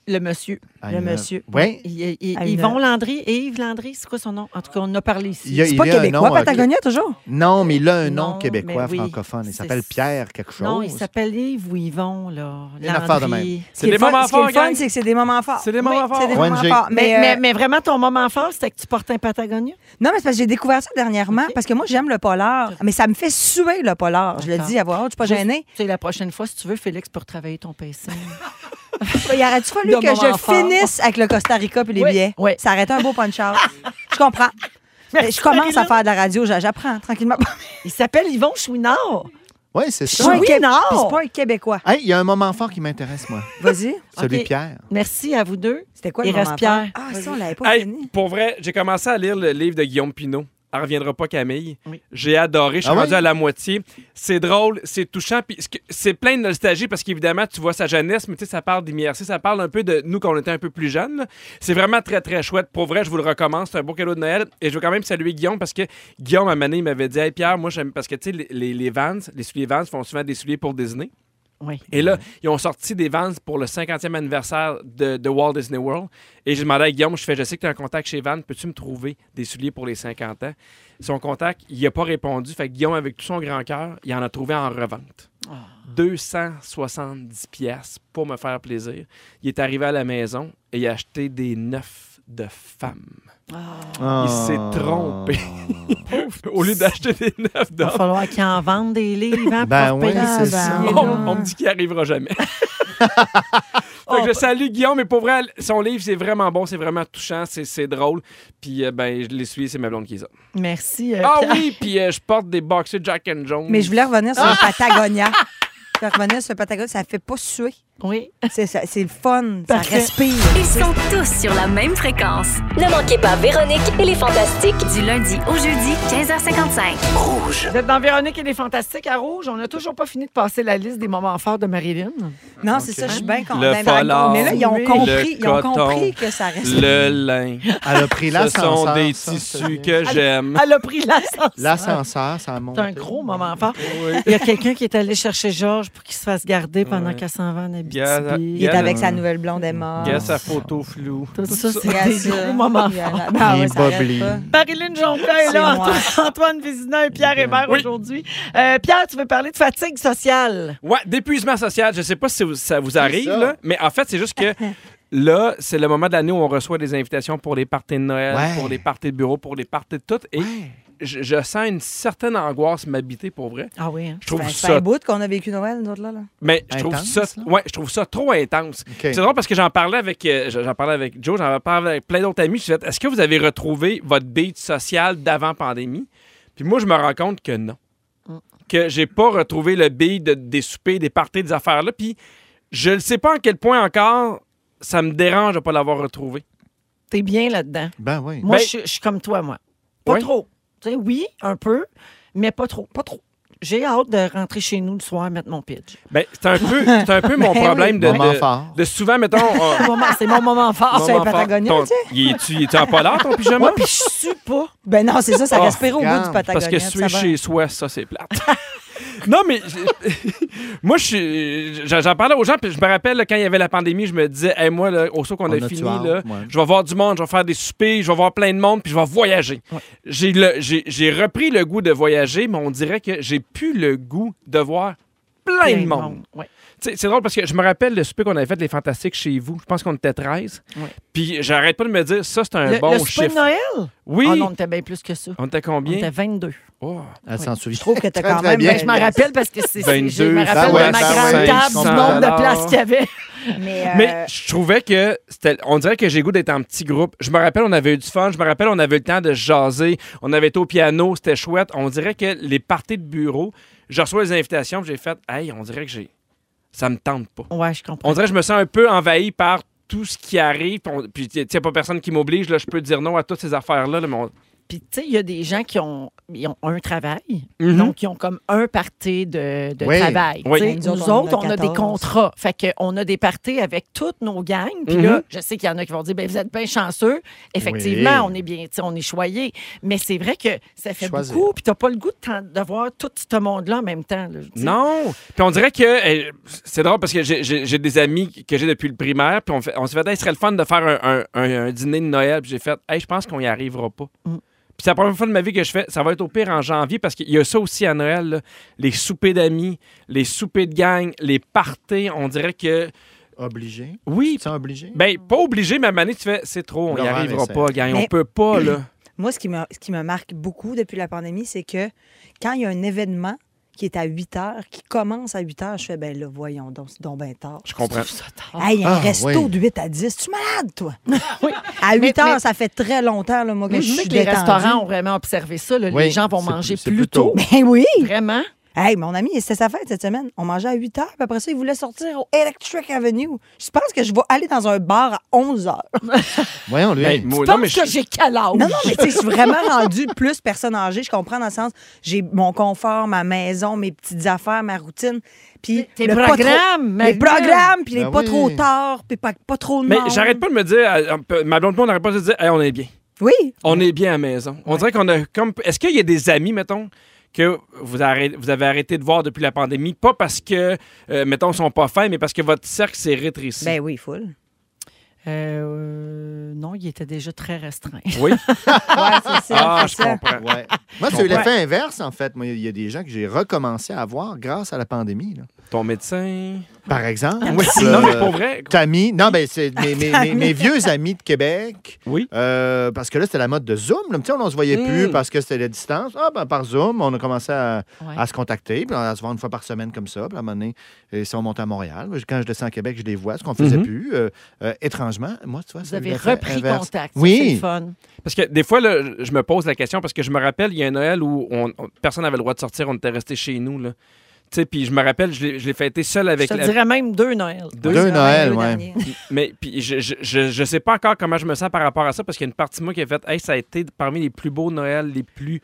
A: Le monsieur.
E: le monsieur.
B: Oui.
A: Il- il- il-
E: À une-
A: Yvon Landry et Yves Landry, c'est quoi son nom? En tout cas, on en a parlé ici.
B: Il a-
E: C'est
B: il
E: pas
B: a un
E: québécois,
B: nom, euh,
E: Patagonia, toujours?
B: Non, mais il a un
A: Euh, Non,
B: nom québécois
A: mais oui.
B: francophone. Il
A: C'est-
B: s'appelle Pierre quelque chose.
A: Non, il s'appelle Yves ou Yvon, là.
B: Une affaire de
A: Landry.
B: même.
E: Ce qui est
D: des
E: le fun-
D: moments
E: ce qui est le
D: forts,
E: fun,
D: gang.
E: c'est que c'est des moments forts.
D: C'est des moments
E: Oui,
D: forts.
E: C'est des moments
B: ONG.
E: forts.
A: Mais,
E: Mais, euh,
A: mais- mais vraiment, ton moment fort, c'était que tu portais un Patagonia?
E: Non, mais c'est parce que j'ai découvert ça dernièrement,
A: Ok.
E: parce que moi, j'aime le polar, mais ça me fait suer le polar. Je le
A: D'accord.
E: dis à voix haute, je suis pas gênée.
A: Tu sais, la prochaine fois, si tu veux, Félix, pour travailler ton PC.
E: Bah, Il aurait-tu fallu
A: De
E: que je
A: moment fort.
E: finisse avec le Costa Rica puis les
A: Oui,
E: billets?
A: oui.
E: Ça aurait été un beau punch-out. je comprends. Mais je commence à faire de la radio, j'a- j'apprends tranquillement.
A: Il s'appelle Yvon Chouinard.
B: Oui, c'est
E: Je
B: ça.
E: suis un
A: Oui,
E: Québé-
A: non.
E: puis c'est pas un Québécois.
B: Hey, il y a un moment fort qui m'intéresse, moi.
E: Vas-y.
B: Celui
A: Ok.
B: de Pierre.
A: Merci à vous deux.
E: C'était quoi
A: Il
E: le moment
A: reste Pierre.
E: fort? Ah, ça, on l'avait pas
D: Hey,
E: fini.
D: pour vrai, j'ai commencé à lire le livre de Guillaume Pinault. Elle reviendra pas, Camille.
A: Oui.
D: J'ai adoré. Je suis
B: Ah
D: rendu
B: oui?
D: à la moitié. C'est drôle, c'est touchant. Puis ce que- c'est plein de nostalgie parce qu'évidemment, tu vois sa jeunesse, mais tu sais, ça parle d'IMRC. Ça parle un peu de nous quand on était un peu plus jeunes. là. C'est vraiment très, très chouette. Pour vrai, je vous le recommande. C'est un beau cadeau de Noël. Et je veux quand même saluer Guillaume parce que Guillaume, à un moment donné, il m'avait dit Hey Pierre, moi, j'aime. Parce que tu sais, les, les, les Vans, les souliers Vans font souvent des souliers pour Disney.
A: Oui.
D: Et là, ils ont sorti des Vans pour le 50e anniversaire de, de Walt Disney World. Et j'ai demandé à Guillaume, je fais, je sais que tu es en contact chez Vans, peux-tu me trouver des souliers pour les 50 ans? Son contact, il n'a pas répondu. Fait que Guillaume, avec tout son grand cœur, il en a trouvé en revente. 270 pièces pour me faire plaisir. Il est arrivé à la maison et il a acheté des neufs de femmes. Il s'est trompé. Au lieu d'acheter des neufs
A: Il va
D: d'hommes.
A: falloir qu'il en vende des livres hein,
B: Ben
A: pour
B: oui,
A: payer
E: Ah,
B: c'est
E: ben.
B: ça.
D: On,
A: Mais non.
D: Oh, on me dit qu'il arrivera jamais. Fait
B: Oh,
D: que
B: bah.
D: je salue Guillaume, mais pour vrai, son livre, c'est vraiment bon, c'est vraiment touchant, c'est, c'est drôle. Puis, euh, ben, je l'ai suivi, c'est ma blonde qui les a.
A: Merci. euh,
D: Ah
A: Pierre.
D: oui, puis euh, je porte des boxers Jack and Jones.
E: Mais je voulais revenir sur le Patagonia. Je voulais revenir sur le Patagonia, ça fait pas suer.
A: Oui.
E: C'est ça- c'est le fun, ça
A: Parfait.
E: respire.
F: Ils sont tous sur la même fréquence.
G: Ne manquez pas Véronique et les Fantastiques.
F: Du lundi au jeudi, 15h55.
A: Vous êtes dans Véronique et les Fantastiques à Rouge. On n'a toujours pas fini de passer la liste des moments forts de Marilyn.
E: Non, c'est ça, je suis bien contente.
D: Le
E: Ben, ben,
D: foulard.
E: Mais là, ils ont
A: Oui.
E: compris,
D: Le
E: ils ont
D: coton.
E: compris que ça reste.
D: Le lin.
B: Elle a pris
D: Ce
B: l'ascenseur.
D: sont des
B: ça, c'est bien.
D: tissus que j'aime.
A: Elle a pris l'ascenseur.
B: L'ascenseur, ça monte.
A: C'est un gros moment fort. Il y a quelqu'un qui est allé chercher Georges pour qu'il se fasse garder pendant
D: Ouais.
A: qu'elle s'en va en Abitibi.
D: Yeah,
E: Il est
D: Yeah.
E: avec sa nouvelle blonde
B: Ah.
E: Emma.
D: Guess sa photo floue.
A: Tout ça, c'est
E: Regarde
A: des
E: ça.
A: gros moments
E: Il y a
A: forts.
E: la- Ah ouais,
B: Les
E: ça arrête
B: boblés.
E: pas.
A: Marilyn Jonca est
E: C'est
A: là,
E: moi.
A: Antoine, Antoine Vézina et Pierre Hébert
D: Oui.
A: aujourd'hui. Euh, Pierre, tu veux parler de fatigue sociale.
D: Ouais, d'épuisement social. Je sais pas si vous- ça vous arrive,
B: ça.
D: là, mais en fait, c'est juste que là, c'est le moment de l'année où on reçoit des invitations pour les parties de Noël,
B: Ouais.
D: pour les parties de bureau, pour les parties de tout. Et je, je sens une certaine angoisse m'habiter pour vrai.
A: Ah oui. hein?
D: Je trouve
E: Ben, C'est
D: ça.
E: un bout qu'on a vécu Noël, nous autres, là. là.
D: Mais je trouve ça.
B: Intense, là?
D: Ouais, je trouve ça trop intense.
B: OK.
D: C'est drôle parce que j'en parlais avec euh, j'en parlais avec Joe, j'en parlais avec plein d'autres amis. Je disais, est-ce que vous avez retrouvé votre beat social d'avant pandémie? Puis moi, je me rends compte que non.
B: Mm.
D: Que j'ai pas retrouvé le beat de- des soupers, des parties, des affaires-là. Puis je ne sais pas en quel point encore ça me dérange de pas l'avoir retrouvé.
A: T'es bien là-dedans.
B: Ben oui.
A: Moi,
D: Ben-
A: je, je suis comme toi, moi. Pas
D: Oui.
A: trop. Tu sais, oui, un peu, mais pas trop. Pas trop. J'ai hâte de rentrer chez nous le soir, mettre mon pitch.
D: Ben, c'est un peu, c'est un peu mon
E: Ben oui.
D: problème de,
B: Moment
D: de-
B: fort. Ah,
D: de souvent, mettons.
A: C'est mon moment- C'est mon moment fort.
E: c'est un Patagonien,
D: tu sais. tu en polar, ton pyjama?
A: Puis je suis pas.
E: Ben non, c'est ça, ça
D: Oh,
E: respirait au bout
B: calme.
E: du Patagonian.
D: Parce que
E: ça
D: suis
E: va.
D: chez soi, ça, c'est plate. non, mais je- moi, je suis- j'en j'en parlais aux gens, puis je me rappelle là, quand il y avait la pandémie, je me disais, hey, moi, là, au saut qu'on
B: On
D: a,
B: a-tu
D: fini,
B: hâte,
D: là,
B: ouais.
D: je vais voir du monde, je vais faire des soupers, je vais voir plein de monde, puis je vais voyager. J'ai le- J'ai j'ai repris le goût de voyager, mais on dirait que j'ai plus le goût de voir plein de monde.
A: Ouais.
D: Tu sais, C'est drôle parce que je me rappelle le souper qu'on avait fait les Fantastiques chez vous. Je pense qu'on était 13.
A: Ouais.
D: Puis j'arrête pas de me dire, ça, c'est un
A: Le,
D: bon
A: le souper de
D: chiffre.
A: Noël?
D: Oui,
A: Ah non, on était bien plus que ça.
D: on était
A: On était
D: combien?
A: 22.
D: Oh.
B: Elle s'en souvient.
E: Ah, Je trouve que t'as
B: Très,
E: quand
B: très
E: même.
B: bien.
A: Ben, je m'en rappelle parce que c'est. c'est- Je
D: 22,
A: me rappelle
B: ben ouais,
A: de ma
B: ben
A: grande
B: ouais,
A: table, du
B: 500
A: nombre de places qu'il y avait.
E: Mais, euh,
D: Mais je trouvais que c'était. On dirait que j'ai goût d'être en petit groupe. Je me rappelle, on avait eu du fun. Je me rappelle, on avait eu le temps de se jaser. On avait été au piano. C'était chouette. On dirait que les parties de bureau, je reçois les invitations. puis J'ai fait, hey, on dirait que j'ai. Ça me tente pas.
A: Ouais, je comprends.
D: On dirait que je me sens un peu envahi par tout ce qui arrive. Puis, on- puis il n'y a pas personne qui m'oblige. Là, je peux dire non à toutes ces affaires-là. là, mais on-
A: Puis, tu sais, il y a des gens qui ont, ils ont un travail,
D: Mhm.
A: donc ils ont comme un party de, de
B: Oui.
A: travail.
D: Oui.
A: Tu sais,
E: Ben,
A: Nous,
E: nous autres, on en
A: autres,
E: a
A: on a, des
E: 14.
A: contrats. Fait qu'on a des parties avec toutes nos gangs. Puis là, je sais qu'il y en a qui vont dire, ben, vous êtes bien chanceux. Effectivement,
B: Oui.
A: on est bien, tu sais, on est choyé. Mais c'est vrai que ça fait
B: Choisir.
A: beaucoup. Puis, t'as pas le goût de, t'en- de voir tout ce monde-là en même temps. là, tu sais.
D: Non! Puis on dirait que. euh, c'est drôle parce que j'ai- j'ai j'ai des amis que j'ai depuis le primaire. Puis on, fait- on s'est fait, Hey, ce serait le fun de faire un, un- un- un dîner de Noël. Puis j'ai fait, hey, je pense qu'on y arrivera pas.
A: Mm.
D: Puis c'est la première fois de ma vie que je fais, ça va être au pire en janvier parce qu'il y a ça aussi à Noël, là. les soupers d'amis, les soupers de gang, les parties. On dirait que.
E: euh,
B: Obligé.
D: Oui!
B: Tu te sens obligé?
D: Ben, pas obligé, mais à un moment donné, tu fais, c'est trop, on n'y
B: L'horaire
D: arrivera
B: est serré.
D: pas, gang. On
E: Mais-
D: peut pas, là.
E: moi, ce qui, me, ce qui me marque beaucoup depuis la pandémie, c'est que quand il y a un événement qui est à 8 heures, qui commence à 8 heures, je fais, ben là, voyons donc, c'est donc bien tard.
D: Je comprends.
E: Hey, il y a un
B: Ah,
E: resto
B: oui.
E: de 8 à 10. Tu es malade, toi? À 8 heures,
A: mais-
E: ça fait très longtemps, là, moi, que
A: Mais
E: je
A: je sais
E: suis
A: que les
E: détendue.
A: restaurants ont vraiment observé ça. là.
B: Oui,
A: les gens vont
B: c'est-
A: manger
B: c'est
A: plus,
B: plus
A: tôt.
B: tôt.
E: Ben oui!
A: Vraiment?
E: Hey, mon ami, c'était sa fête cette semaine. On mangeait à 8 heures, puis après ça, il voulait sortir au Electric Avenue. Je pense que je vais aller dans un bar à 11 heures.
B: Voyons, lui.
D: Hey, moi-
A: Je
D: non,
A: pense
D: mais je-
A: que j'ai quel
D: Oh
A: âge?
E: Non, non, mais tu sais, je suis vraiment rendue plus personne âgée. Je comprends dans le sens, j'ai mon confort, ma maison, mes petites affaires, ma routine. Puis
A: Tes
E: le pas trop-
A: programmes,
E: Les
A: Marie-Hélène.
E: programmes, puis les
B: Ben
E: pas
B: oui.
E: trop tard, puis pas, pas trop de
D: Mais
E: monde.
D: j'arrête pas de me dire, euh, ma blonde, on n'arrête pas de se dire, hey, on est bien.
E: Oui.
D: On est bien à la maison. On dirait qu'on a comme. Est-ce qu'il y a des amis, mettons, que vous, arrêtez- vous avez arrêté de voir depuis la pandémie? Pas parce que, euh, mettons, ils sont pas fins, mais parce que votre cercle s'est rétréci.
E: Ben oui, full.
A: Euh, non, il était déjà très restreint.
D: Oui.
E: Ouais, c'est ça.
D: Ah,
E: c'est
D: je
E: ça.
D: comprends.
B: Ouais. Moi, c'est l'effet inverse, en fait. Moi, il y a des gens que j'ai recommencé à voir grâce à la pandémie. là.
D: Ton médecin.
B: Par exemple.
D: Oui.
B: euh,
D: Non, mais pour vrai.
B: Tammy. Non, ben, c'est mes, mes- mes- mes vieux amis de Québec.
D: Oui.
B: Euh, parce que là, c'était la mode de Zoom. là. Tu sais, on ne se voyait
D: Mm.
A: Hmm.
B: plus parce que c'était la distance. Ah, ben, par Zoom, on a commencé à,
A: Ouais.
B: à se contacter, puis à se voir une fois par semaine comme ça. Puis à un moment donné, et si on monte à Montréal, quand je descends à Québec, je les vois, ce qu'on faisait
D: Mhm.
B: plus. Euh, euh, étrangement, moi, tu vois,
A: Vous
B: ça a eu
A: avez
B: l'effet
A: repris
B: inverse.
A: contact.
B: Oui.
A: Oui. C'est le fun.
D: Parce que des fois, là, je me pose la question parce que je me rappelle, il y a un Noël où on- on- personne n'avait le droit de sortir, on était resté chez nous. Là. Tu sais, puis je me rappelle, je l'ai- je l'ai fêté seul avec
A: je te
D: la-
A: dirais même deux Noël.
D: Deux
B: Deux Noël,
E: Deux
B: ouais.
E: derniers.
D: Mais puis je, je, je, je sais pas encore comment je me sens par rapport à ça parce qu'il y a une partie de moi qui a fait Hey, ça a été parmi les plus beaux Noëls, les plus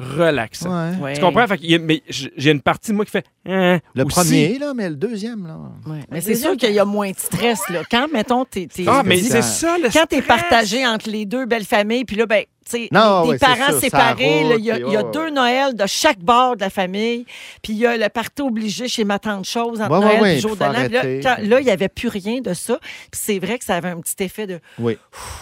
D: relaxants.
B: Ouais.
A: Ouais.
D: Tu comprends? Fait qu'il y a- mais j- j'ai une partie de moi qui fait Hein,
B: Le
D: aussi.
B: premier, là, mais le deuxième, là.
A: Ouais. Mais
E: Le
A: c'est sûr
E: deuxième-
A: qu'il y a moins de stress. Là. Quand, mettons, t'es. t'es-
D: Ah, mais
B: C'est ça.
D: c'est ça, le
A: Quand t'es
D: stress.
A: partagé entre les deux belles familles, puis là, ben, tu sais,
B: Non,
A: des
B: ouais, c'est
A: parents
B: sûr, ça
A: séparés, là, il y a,
B: roule,
A: il y a
B: puis ouais,
A: deux
B: ouais.
A: Noëls de chaque bord de la famille, puis il y a le party obligé chez ma tante chose entre
B: Ouais, ouais,
A: Noël et
B: ouais,
A: le jour
B: faut
A: de l'an. Puis Là,
B: arrêter.
A: quand- là, il n'y avait plus rien de ça, puis c'est vrai que ça avait un petit effet de.
B: Oui.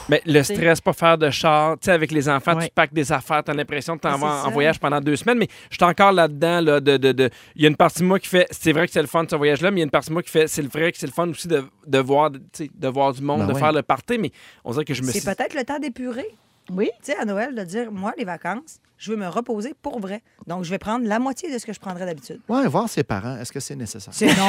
D: Mais le stress, pas faire de char. Tu sais, avec les enfants,
A: Ouais.
D: tu packes des affaires, t'as l'impression de t'en
E: Ah,
D: vas
E: c'est
D: en
E: ça.
D: voyage pendant deux semaines. Mais je suis encore là-dedans. là, de, de, de- Il y a une partie de moi qui fait C'est vrai que c'est le fun de ce voyage-là, mais il y a une partie de moi qui fait C'est le vrai que c'est le fun aussi de, de, voir, tu sais, de voir du monde,
B: Ben
D: de
B: ouais.
D: faire le party. Mais on dirait que je me suis.
E: C'est peut-être le temps d'épurer.
A: Oui.
E: Tu sais, à Noël, de dire, moi, les vacances, je veux me reposer pour vrai. Donc, je vais prendre la moitié de ce que je prendrais d'habitude.
B: Ouais, voir ses parents, est-ce que c'est nécessaire?
E: C'est non.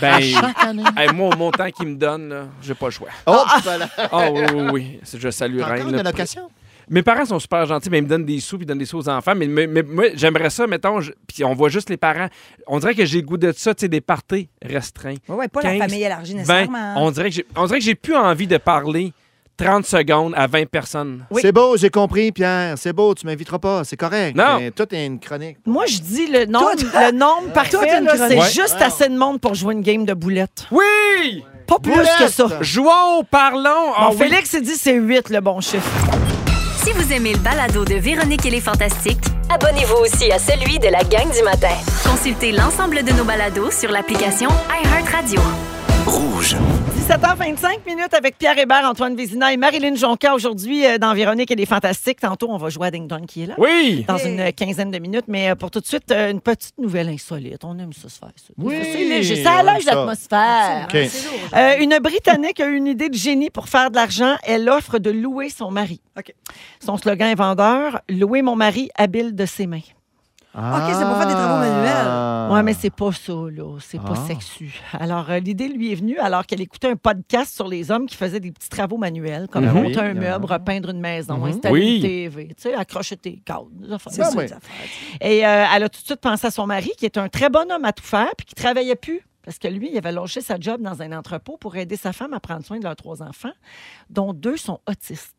D: Ben,
E: hein.
B: Chaque année.
D: hey, moi, au montant qu'il me donne, là, j'ai pas le choix.
B: Oh, voilà.
D: Ah oui, oui, oui. C'est- Je salue
B: T'as
D: Reine.
B: encore
D: là.
B: une location?
D: Mes parents sont super gentils, mais ils me donnent des sous, puis ils donnent des sous aux enfants. Mais, mais- mais moi, j'aimerais ça, mettons, je- puis on voit juste les parents. On dirait que j'ai le goût de ça, tu sais, des parties restreints.
E: Ouais, ouais, pas la
D: 15,
E: famille élargie
D: 20,
E: nécessairement.
D: on dirait que j'ai- on dirait que j'ai plus envie de parler 30 secondes à 20 personnes.
A: Oui.
B: C'est beau, j'ai compris, Pierre. C'est beau, tu m'inviteras pas. C'est correct.
D: Non.
B: Mais tout est une chronique.
A: Moi, je dis le nombre,
E: Toute-
A: le nombre parfait,
E: une
A: là,
E: chronique.
A: c'est
D: Ouais.
A: juste assez de monde pour jouer une game de boulettes.
D: Oui!
A: Pas plus
B: Boulettes!
A: que ça.
D: Jouons, parlons.
A: Bon,
D: Ah oui.
A: Félix, il dit c'est 8 le bon chiffre.
F: Si vous aimez le balado de Véronique et les Fantastiques,
G: Abonnez-vous aussi à celui de la gang du matin.
F: consultez l'ensemble de nos balados sur l'application iHeartRadio.
A: 17h25 minutes avec Pierre Hébert, Antoine Vézina et Marilyn Jonca aujourd'hui euh, dans Véronique et les Fantastiques. Tantôt, on va jouer à Ding Dong qui est là.
D: Oui!
A: Dans une quinzaine de minutes, mais euh, pour tout de suite, euh, une petite nouvelle insolite. On aime ça se faire. Ça,
B: Oui,
A: Ça, c'est léger. ça
B: on aime
A: allège
B: ça.
A: l'atmosphère.
B: OK.
A: Euh, une Britannique a eu une idée de génie pour faire de l'argent. Elle offre de louer son mari.
E: OK.
A: Son slogan est vendeur Louer mon mari habile de ses mains.
B: Ah.
E: c'est pour faire des travaux manuels.
A: Ouais, mais c'est pas ça, là. C'est pas
B: Ah.
A: sexu. Alors, euh, l'idée lui est venue alors qu'elle écoutait un podcast sur les hommes qui faisaient des petits travaux manuels, comme
B: Ah oui,
A: monter un
B: il y en a.
A: meuble, repeindre une maison, installer
D: Oui.
A: une TV, tu sais, accrocher tes cadres. des affaires de
E: C'est
B: Ah
E: ça,
A: ça.
B: oui.
E: des affaires.
A: Et euh, elle a tout de suite pensé à son mari, qui est un très bon homme à tout faire, puis qui travaillait plus. Parce que lui, il avait lâché sa job dans un entrepôt pour aider sa femme à prendre soin de leurs trois enfants, dont deux sont autistes.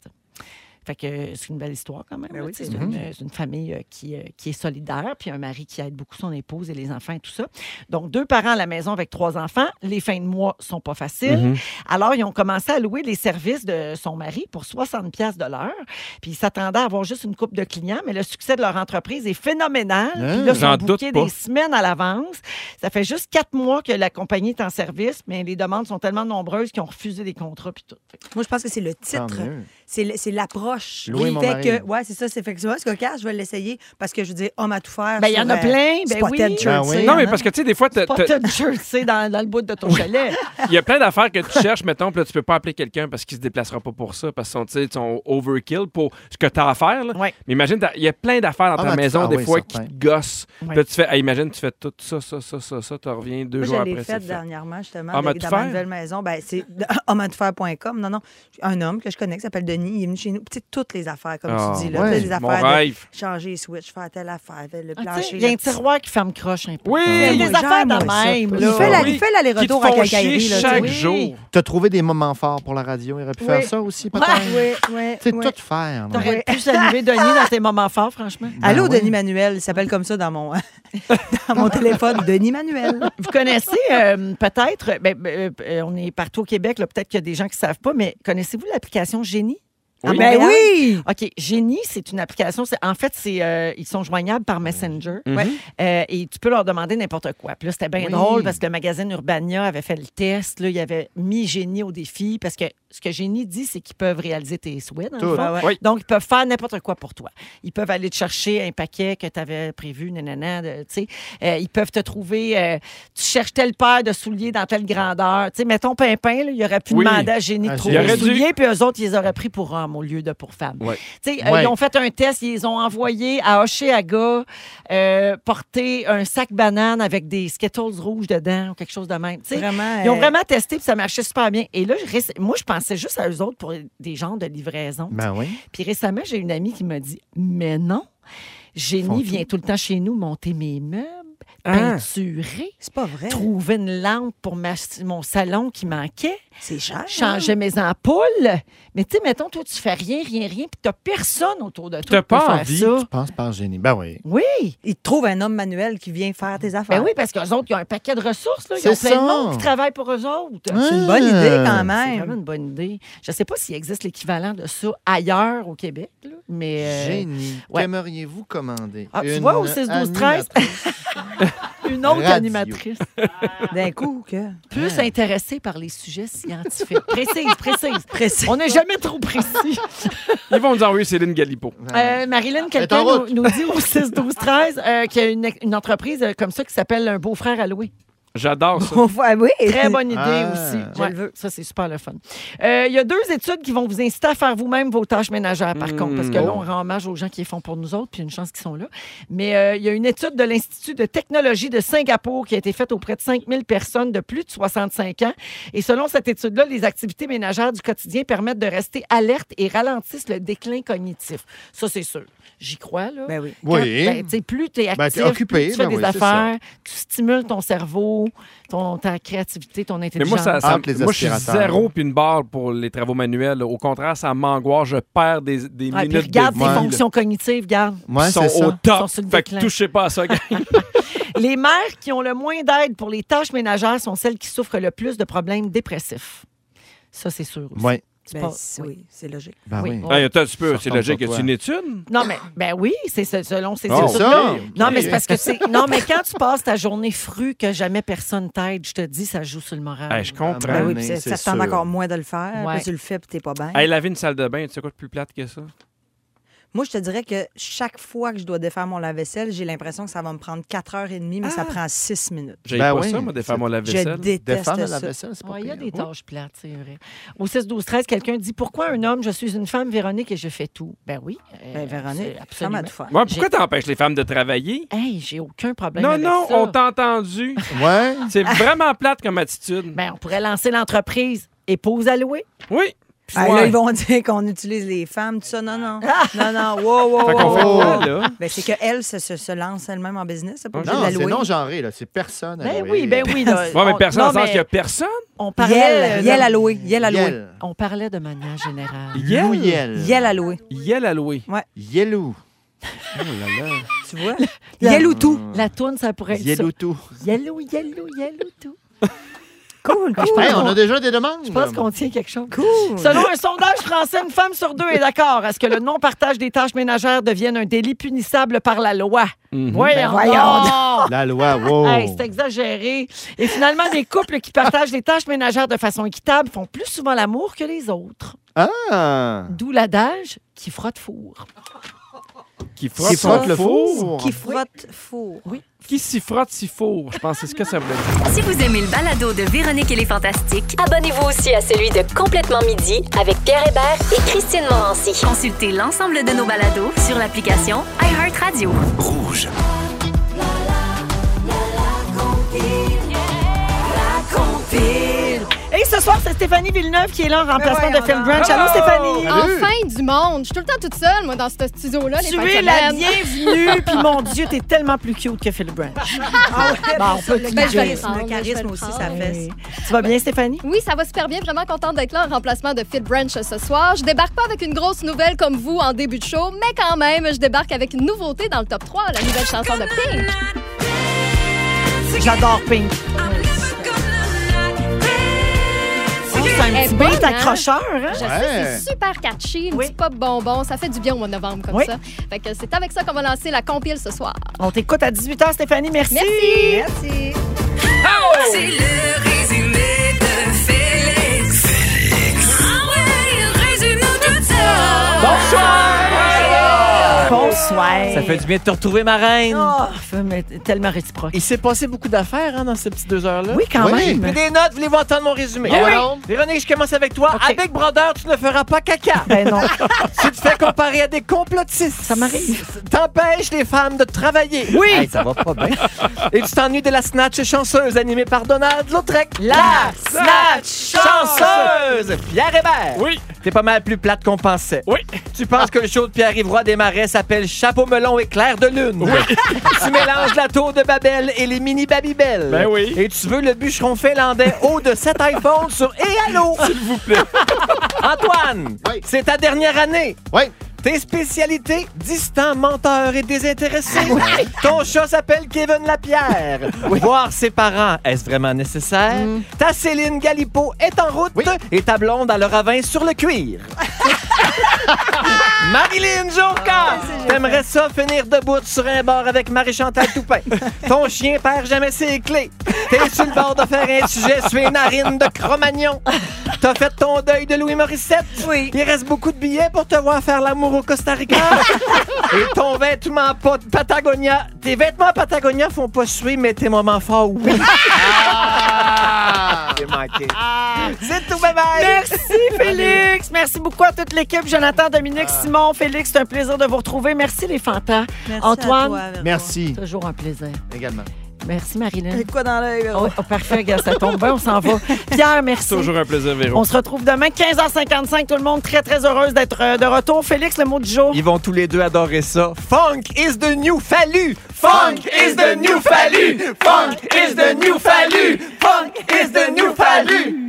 A: Fait que euh, c'est une belle histoire quand même.
E: Ben
A: là,
E: oui,
A: tu sais, c'est
E: c'est
A: une, euh, c'est une famille euh, qui, euh, qui est solidaire, puis un mari qui aide beaucoup son épouse et les enfants et tout ça. Donc, deux parents à la maison avec trois enfants. Les fins de mois sont pas faciles.
E: Mm-hmm.
A: Alors, ils ont commencé à louer les services de son mari pour 60 pièces de l'heure. Puis, ils s'attendaient à avoir juste une coupe de clients, mais le succès de leur entreprise est phénoménal. Puis là, ils
D: J'en
A: sont
D: doute
A: bookés
D: pas.
A: des semaines à l'avance. Ça fait juste quatre mois que la compagnie est en service, mais les demandes sont tellement nombreuses qu'ils ont refusé des contrats puis tout. Fait que-
E: Moi, je pense que c'est le
B: Tant
E: titre.
B: mieux.
E: C'est le- c'est l'approche.
B: Louer
E: qui
B: mon
E: fait
B: mari.
E: que, ouais, c'est ça, c'est fait que, tu vois, ce cocasse, je vais l'essayer parce que je veux dire, homme à tout faire.
A: Ben, il y
E: sur,
A: en a
E: euh,
A: plein. Ben oui.
E: Spotted Jersey.
B: Ah oui.
D: Non, mais parce que, tu sais, des fois, t'as-
A: Pas
D: t'as-
A: de jeu, c'est dans, dans le bout de ton chalet.
D: il y a plein d'affaires que tu cherches, mettons, puis là, tu peux pas appeler quelqu'un parce qu'il se déplacera pas pour ça, parce qu'ils sont, tu sais, ils sont overkill pour ce que t'as à faire. là.
A: Ouais.
D: Mais imagine, t'as- il y a plein d'affaires
B: Ah,
D: dans ta
B: ben, tu-
D: maison,
B: ah
D: des
B: oui,
D: fois, qui
B: certain.
D: te gossent. Puis
A: Ouais.
D: là, tu fais, hey, imagine, tu fais tout ça, ça, ça, ça, ça, tu reviens deux jours
E: Moi, je l'ai
D: après.
E: fait
D: c'est fait.
E: dernièrement, justement,
D: Homme à
E: de-
D: tout
E: dans ma
D: faire?
E: nouvelle maison. Ben, c'est homme-à-tout-faire.com. Non, non. Un homme que je connais qui s'appelle Denis, il est venu chez nous. Tu sais, toutes les affaires, comme
D: Ah,
E: tu dis. Là,
B: ouais.
E: Toutes les
D: Mon
E: affaires de
D: rêve.
E: changer les switches, faire telle affaire, faire le
A: Ah, tu sais,
E: plancher.
A: Il y a
E: le
A: un
E: petit-
A: tiroir qui ferme croche un peu.
D: Oui!
A: Il y a des
E: Moi,
A: affaires
E: j'aime
A: de
E: ça,
A: même.
E: pas.
A: là.
E: Il fait la-
D: Oui.
E: il fait l'aller-retour
D: Qui te
E: à
D: font
E: Quincaillerie,
D: chier
E: là, tu sais.
D: chaque
A: Oui.
D: jour.
B: T'as trouvé des moments forts pour la radio. Il aurait pu
E: Oui.
B: faire ça aussi,
A: Ah,
B: peut-être.
E: Ouais, ouais,
B: C'est
E: ouais.
B: tout faire. là.
A: euh, T'aurais pu saluer Denis dans tes moments forts, franchement.
E: Allô,
B: Ben oui.
E: Denis Manuel. Il s'appelle comme ça dans mon, dans mon téléphone. Denis Manuel.
A: Vous connaissez euh, peut-être, ben, ben, euh, on est partout au Québec, là, peut-être qu'il y a des gens qui ne savent pas, mais connaissez-vous l'application Génie?
B: Ah,
D: Oui.
A: À
B: ben
A: Montréal?
E: oui!
A: Ben OK, Génie, c'est une application. c'est- en fait, c'est, euh, ils sont joignables par Messenger.
D: Mhm.
E: Ouais.
A: Euh, et tu peux leur demander n'importe quoi. Puis là, c'était bien
B: Mm-hmm. Oui.
A: drôle parce que le magazine Urbania avait fait le test. Là, il avait mis Génie au défi parce que ce que Génie dit, c'est qu'ils peuvent réaliser tes souhaits. dans le
B: Tout.
A: fond.
E: Ouais,
D: Oui.
A: Donc, ils peuvent faire n'importe quoi pour toi. Ils peuvent aller te chercher un paquet que tu avais prévu, nanana, de- tu sais. Euh, ils peuvent te trouver, euh, tu cherches telle paire de souliers dans telle grandeur. Tu sais, mettons Pimpin, là, il aurait pu
D: Oui.
A: demander à Génie
B: Ah,
A: de
B: c'est-
A: trouver
D: il aurait
A: les
D: dû.
A: souliers, puis eux autres, ils les auraient pris pour hommes au lieu de pour femmes.
D: Ouais.
A: Tu sais, euh,
B: Ouais.
A: Ils ont fait un test, ils les ont envoyés à Oshéaga euh, porter un sac banane avec des Skittles rouges dedans ou quelque chose de même. Tu sais,
E: Vraiment.
A: ils ont
E: euh,
A: vraiment testé, puis ça marchait super bien. Et là, je reste- moi, je pensais juste à eux autres pour des genres de livraison.
B: Ben oui.
A: Puis récemment, j'ai une amie qui m'a dit Mais non,
B: Font
A: Génie vient tout le temps chez nous monter mes meubles,
D: Ah.
A: peinturer,
E: C'est pas vrai.
A: trouver une lampe pour ma- mon salon qui manquait,
E: C'est cher.
A: changer mes ampoules. Mais tu sais, mettons, toi, tu fais rien, rien, rien, puis t'as personne autour de
D: T'as
A: toi pour
D: pas
A: faire
D: envie.
A: ça.
B: Je pense par génie. Ben oui.
A: Oui!
E: Il trouve un homme manuel qui vient faire tes affaires.
A: Ben oui, parce qu'eux autres, ils ont un paquet de ressources. Là. Ils ont
B: C'est
A: plein de
B: ça.
A: monde qui travaille pour eux autres.
E: C'est une bonne idée quand
A: C'est vraiment
E: même.
A: une bonne idée. Je ne sais pas s'il existe l'équivalent de ça ailleurs au Québec, là, mais... euh,
B: Génie.
A: ouais.
B: Qu'aimeriez-vous commander?
A: Ah, tu
B: Une
A: vois, au 6, 12, 13.
B: animatrice.
A: Une autre
B: Radio.
A: animatrice
E: D'un coup, que.
A: plus intéressée par les sujets scientifiques. Précise, précise.
E: Précis.
A: On n'est jamais trop précis.
D: Ils vont nous envoyer Céline Galipo.
A: Euh, Marilyn, quelqu'un
B: en
A: nous,
B: route.
A: nous dit au 6, 12, 13 euh, qu'il y a une, une entreprise euh, comme ça qui s'appelle Un beau-frère à louer.
D: J'adore ça.
E: On voit- oui.
A: Très bonne idée
B: Ah,
A: aussi.
B: je
A: Ouais, Ça, c'est super le fun. Euh, Il y a deux études qui vont vous inciter à faire vous-même vos tâches ménagères, par contre, parce que là, on rend hommage aux gens qui les font pour nous autres, puis une chance qu'ils sont là. Mais euh, il y a une étude de l'Institut de technologie de Singapour qui a été faite auprès de 5000 personnes de plus de 65 ans. Et selon cette étude-là, les activités ménagères du quotidien permettent de rester alerte et ralentissent le déclin cognitif. Ça, c'est sûr. J'y crois, là.
E: Ben oui.
A: Quand-
B: Oui.
A: ben, tu sais, plus tu es
B: Ben,
A: actif,
B: t'es occupé,
A: plus tu fais
B: ben
A: des
B: oui, c'est ça.
A: affaires, tu stimules ton cerveau, ton, ta créativité, ton
D: Mais
A: intelligence.
D: moi, ça, ça-
B: Entre les
D: moi, je suis
B: aspirateurs.
D: zéro puis une barre pour les travaux manuels. Au contraire, ça m'angoisse. Je perds des, des
A: Ouais, puis
D: minutes
A: regarde
D: de
A: tes
D: vie, là.
A: fonctions cognitives, regarde.
B: Moi,
D: Ils sont
B: c'est
D: au
B: ça.
A: Ils sont
D: top.
A: sur le
D: Fait que
A: déclin.
D: touchez pas à ça, gang.
A: Les mères qui ont le moins d'aide pour les tâches ménagères sont celles qui souffrent le plus de problèmes dépressifs. Ça, c'est sûr. aussi.
B: Oui.
A: C'est
E: Ben,
A: pas-
E: c'est- oui, c'est logique.
B: Ben
A: Oui.
B: oui.
A: Ouais.
D: Ah, attends un petit peu, c'est
B: Sortons
D: logique. Y
B: pour
D: a-tu
B: toi.
D: une étude?
A: Non, mais ben oui, c'est ce- selon ces
B: Oh,
A: études.
B: ça!
A: Non,
B: Ok.
A: mais c'est parce que c'est. Non, mais quand tu passes ta journée frue que jamais personne t'aide, je te dis, ça joue sur le moral.
D: Hey, je comprends.
B: Ah,
E: Ben
B: mais
E: oui, puis ça-
B: c'est
E: ça te tente
B: sûr.
E: encore moins de le faire.
A: Ouais.
E: Puis tu le fais, puis t'es pas bien.
D: Hey, laver une salle de bain, tu sais quoi de plus plate que ça?
E: Moi, je te dirais que chaque fois que je dois défaire mon lave-vaisselle, j'ai l'impression que ça va me prendre 4h30, mais
A: Ah!
E: ça prend 6 minutes.
D: J'ai
B: Ben
D: pas
B: oui,
D: ça, moi, de faire
B: c'est-
D: mon
E: Je
D: lave-vaisselle.
E: déteste
B: Défendre la
E: ça. Ben,
B: vaisselle, c'est
A: Il
B: pas
A: y a
B: pire.
A: des tâches plates, c'est vrai. Au 6-12-13, quelqu'un dit Pourquoi un homme Je suis une femme, Véronique, et je fais tout. Ben oui. euh,
E: Ben,
A: c'est
E: Véronique, femme
A: absolument.
E: à tout faire.
D: Ouais, pourquoi t'empêches les femmes de travailler?
A: Hey, j'ai aucun problème.
D: Non,
A: avec
D: non,
A: ça.
D: on t'a entendu.
B: Ouais.
D: C'est vraiment plate comme attitude.
A: Ben, on pourrait lancer l'entreprise épouse à louer.
D: Oui.
E: Ah,
D: Ouais.
E: là, ils vont dire qu'on utilise les femmes, tout ça. Non, non. non, non. Wow, wow,
D: Fait qu'on
E: wow,
D: fait
E: wow.
D: quoi, là?
E: Ben, c'est qu'elle se, se, se lance elle-même en business. C'est pas obligé de
B: Non,
E: la
B: c'est
E: louer.
B: non-genré, là. C'est personne. à
A: Ben
B: louer.
A: oui, ben oui. là.
D: Ouais, mais
A: On-
D: personne,
A: non,
D: dans le sens
A: mais
D: qu'il y a personne.
A: On
E: Yel,
A: parlait.
E: Yel à
A: de-
E: louer. Yel à louer.
B: Yel.
A: On parlait de manière générale.
D: Yel.
B: Yel.
E: Yel à louer.
D: Yel à louer.
B: Yelou. Oh
E: Tu vois? Yel ou tout.
A: La tourne, ça pourrait être
B: Yelou tout.
A: ça. Yellow, yellow, yellow, tout. Ben,
E: Cool, cool.
B: Hey, on a déjà des demandes.
A: Je pense qu'on tient quelque chose.
E: Cool.
A: Selon un sondage français, une femme sur deux est d'accord à ce que le non-partage des tâches ménagères devienne un délit punissable par la loi. Voyons.
E: Ben, voyons
A: donc.
B: La loi, wow.
A: Hey, c'est exagéré. Et finalement, les couples qui partagent les tâches ménagères de façon équitable font plus souvent l'amour que les autres.
B: Ah!
A: D'où l'adage qui frotte four.
B: Qui
D: Qui frotte,
B: frotte
D: son
B: le
D: four.
B: four.
E: Qui frotte four.
D: Qui s'y frotte, s'y fourre. Je pense que c'est ce que ça voulait dire.
F: Si vous aimez le balado de Véronique et les Fantastiques,
G: Abonnez-vous aussi à celui de Complètement Midi avec Pierre Hébert et Christine Morancy.
F: consultez l'ensemble de nos balados sur l'application iHeartRadio.
A: Et ce soir, c'est Stéphanie Villeneuve qui est là en remplacement de Phil
E: voyons donc.
A: Branch. Allô, Stéphanie!
B: Salut.
J: Enfin du monde. Je suis tout le temps toute seule, moi, dans ce studio-là. les
A: Tu
J: fins de
A: es la
J: semaine.
A: bienvenue, puis mon Dieu, t'es tellement plus cute que Phil Branch.
E: Ah ouais,
A: Bon,
E: ça,
A: petit
E: le
J: ben, je vais le
E: charisme,
J: prendre,
E: le
J: je vais
E: charisme
J: le
E: aussi,
J: prendre.
E: ça fait.
A: Tu vas bien, Stéphanie?
J: Oui, ça va super bien. Vraiment contente d'être là en remplacement de Phil Branch ce soir. Je débarque pas avec une grosse nouvelle comme vous en début de show, mais quand même, je débarque avec une nouveauté dans le top 3, la
K: Oh,
J: nouvelle chanson de Pink.
A: J'adore Pink. Oh, c'est un
J: Elle est
A: petit beat
J: bonne, hein?
A: accrocheur, hein?
J: Je
B: Ouais.
J: sais, c'est super catchy, une
A: Oui.
J: petite pop bonbon. Ça fait du bien au mois de novembre comme
A: Oui.
J: ça. Fait que c'est avec ça qu'on va lancer la compile ce soir.
A: On t'écoute à 18h, Stéphanie. Merci.
J: Merci!
F: C'est le résumé de Félix. Félix. Ah ouais, résume-nous tout ça.
A: Bonsoir.
K: Ça fait du bien de te retrouver, ma reine.
A: Oh, fait- mais tellement réciproque.
K: Il s'est passé beaucoup d'affaires hein, dans ces petites deux heures-là.
A: Oui, quand
B: Oui.
K: J'ai
A: même.
K: des notes, voulez-vous entendre mon résumé?
B: Ah
A: Oui, oui.
K: Alors, Véronique, je commence avec toi.
A: OK.
K: Avec Brother, tu ne feras pas caca.
A: Ben non.
K: tu te fais comparer à des complotistes.
A: Ça m'arrive.
K: T'empêches les femmes de travailler.
A: Oui.
K: Hey, ça va pas bien. Et tu t'ennuies de la Snatch chanceuse animée par Donald Lautrec. La Snatch chanceuse! Pierre Hébert.
D: Ah! Oui,
K: T'es pas mal plus plate qu'on pensait.
D: oui.
K: Tu penses que le show de Pierre-Yvroy Desmarais s'appelle Chapeau Melon et Clair de Lune. tu mélanges la tour de Babel et les mini Babybel.
D: Ben oui.
K: Et tu veux le bûcheron finlandais haut de 7 iPhones sur Et allô? S'il vous plaît. Antoine,
B: Oui.
K: c'est ta dernière année.
B: Ouais.
K: Tes spécialités, distant, menteur et désintéressé.
B: Ah
K: Ton chat s'appelle Kevin Lapierre. Voir ses parents, est-ce vraiment nécessaire? Ta Céline Galipo est en route
B: Mm. Oui.
K: et ta blonde a le ravin sur le cuir. Marilyn
B: Ah,
K: Jonca, t'aimerais ça finir debout sur un bord avec Marie-Chantal Toupin. Ton chien perd jamais ses clés. T'es sur le bord de faire un sujet sur les narines de Cro-Magnon. T'as fait ton deuil de Louis Morissette.
E: Oui.
K: Il reste beaucoup de billets pour te voir faire l'amour au Costa Rica. Et ton vêtement pa- Patagonia. Tes vêtements Patagonia font pas suer, mais tes moments forts, oui. J'ai manqué. C'est tout, bye bye.
A: Merci, Félix. Merci beaucoup à toute l'équipe. Jonathan, Dominique,
K: Ah.
A: Simon, Félix, c'est un plaisir de vous retrouver. Merci, les fantas.
E: Merci à
A: Antoine.
E: toi, Véro.
B: Merci
A: Toujours un plaisir.
B: également.
A: Merci, Marilyn.
E: J'ai de quoi dans l'œil, Véro?
A: Oh, oh, parfait, gars, ça tombe bien, on s'en va. Pierre, merci.
D: Toujours un plaisir, Véro.
A: On se retrouve demain, 15h55. Tout le monde très, très heureuse d'être euh, de retour. Félix, le mot du jour.
K: Ils vont tous les deux adorer ça. Funk is the new fallu. Funk is the new fallu. Funk is the new fallu. Funk is the new fallu.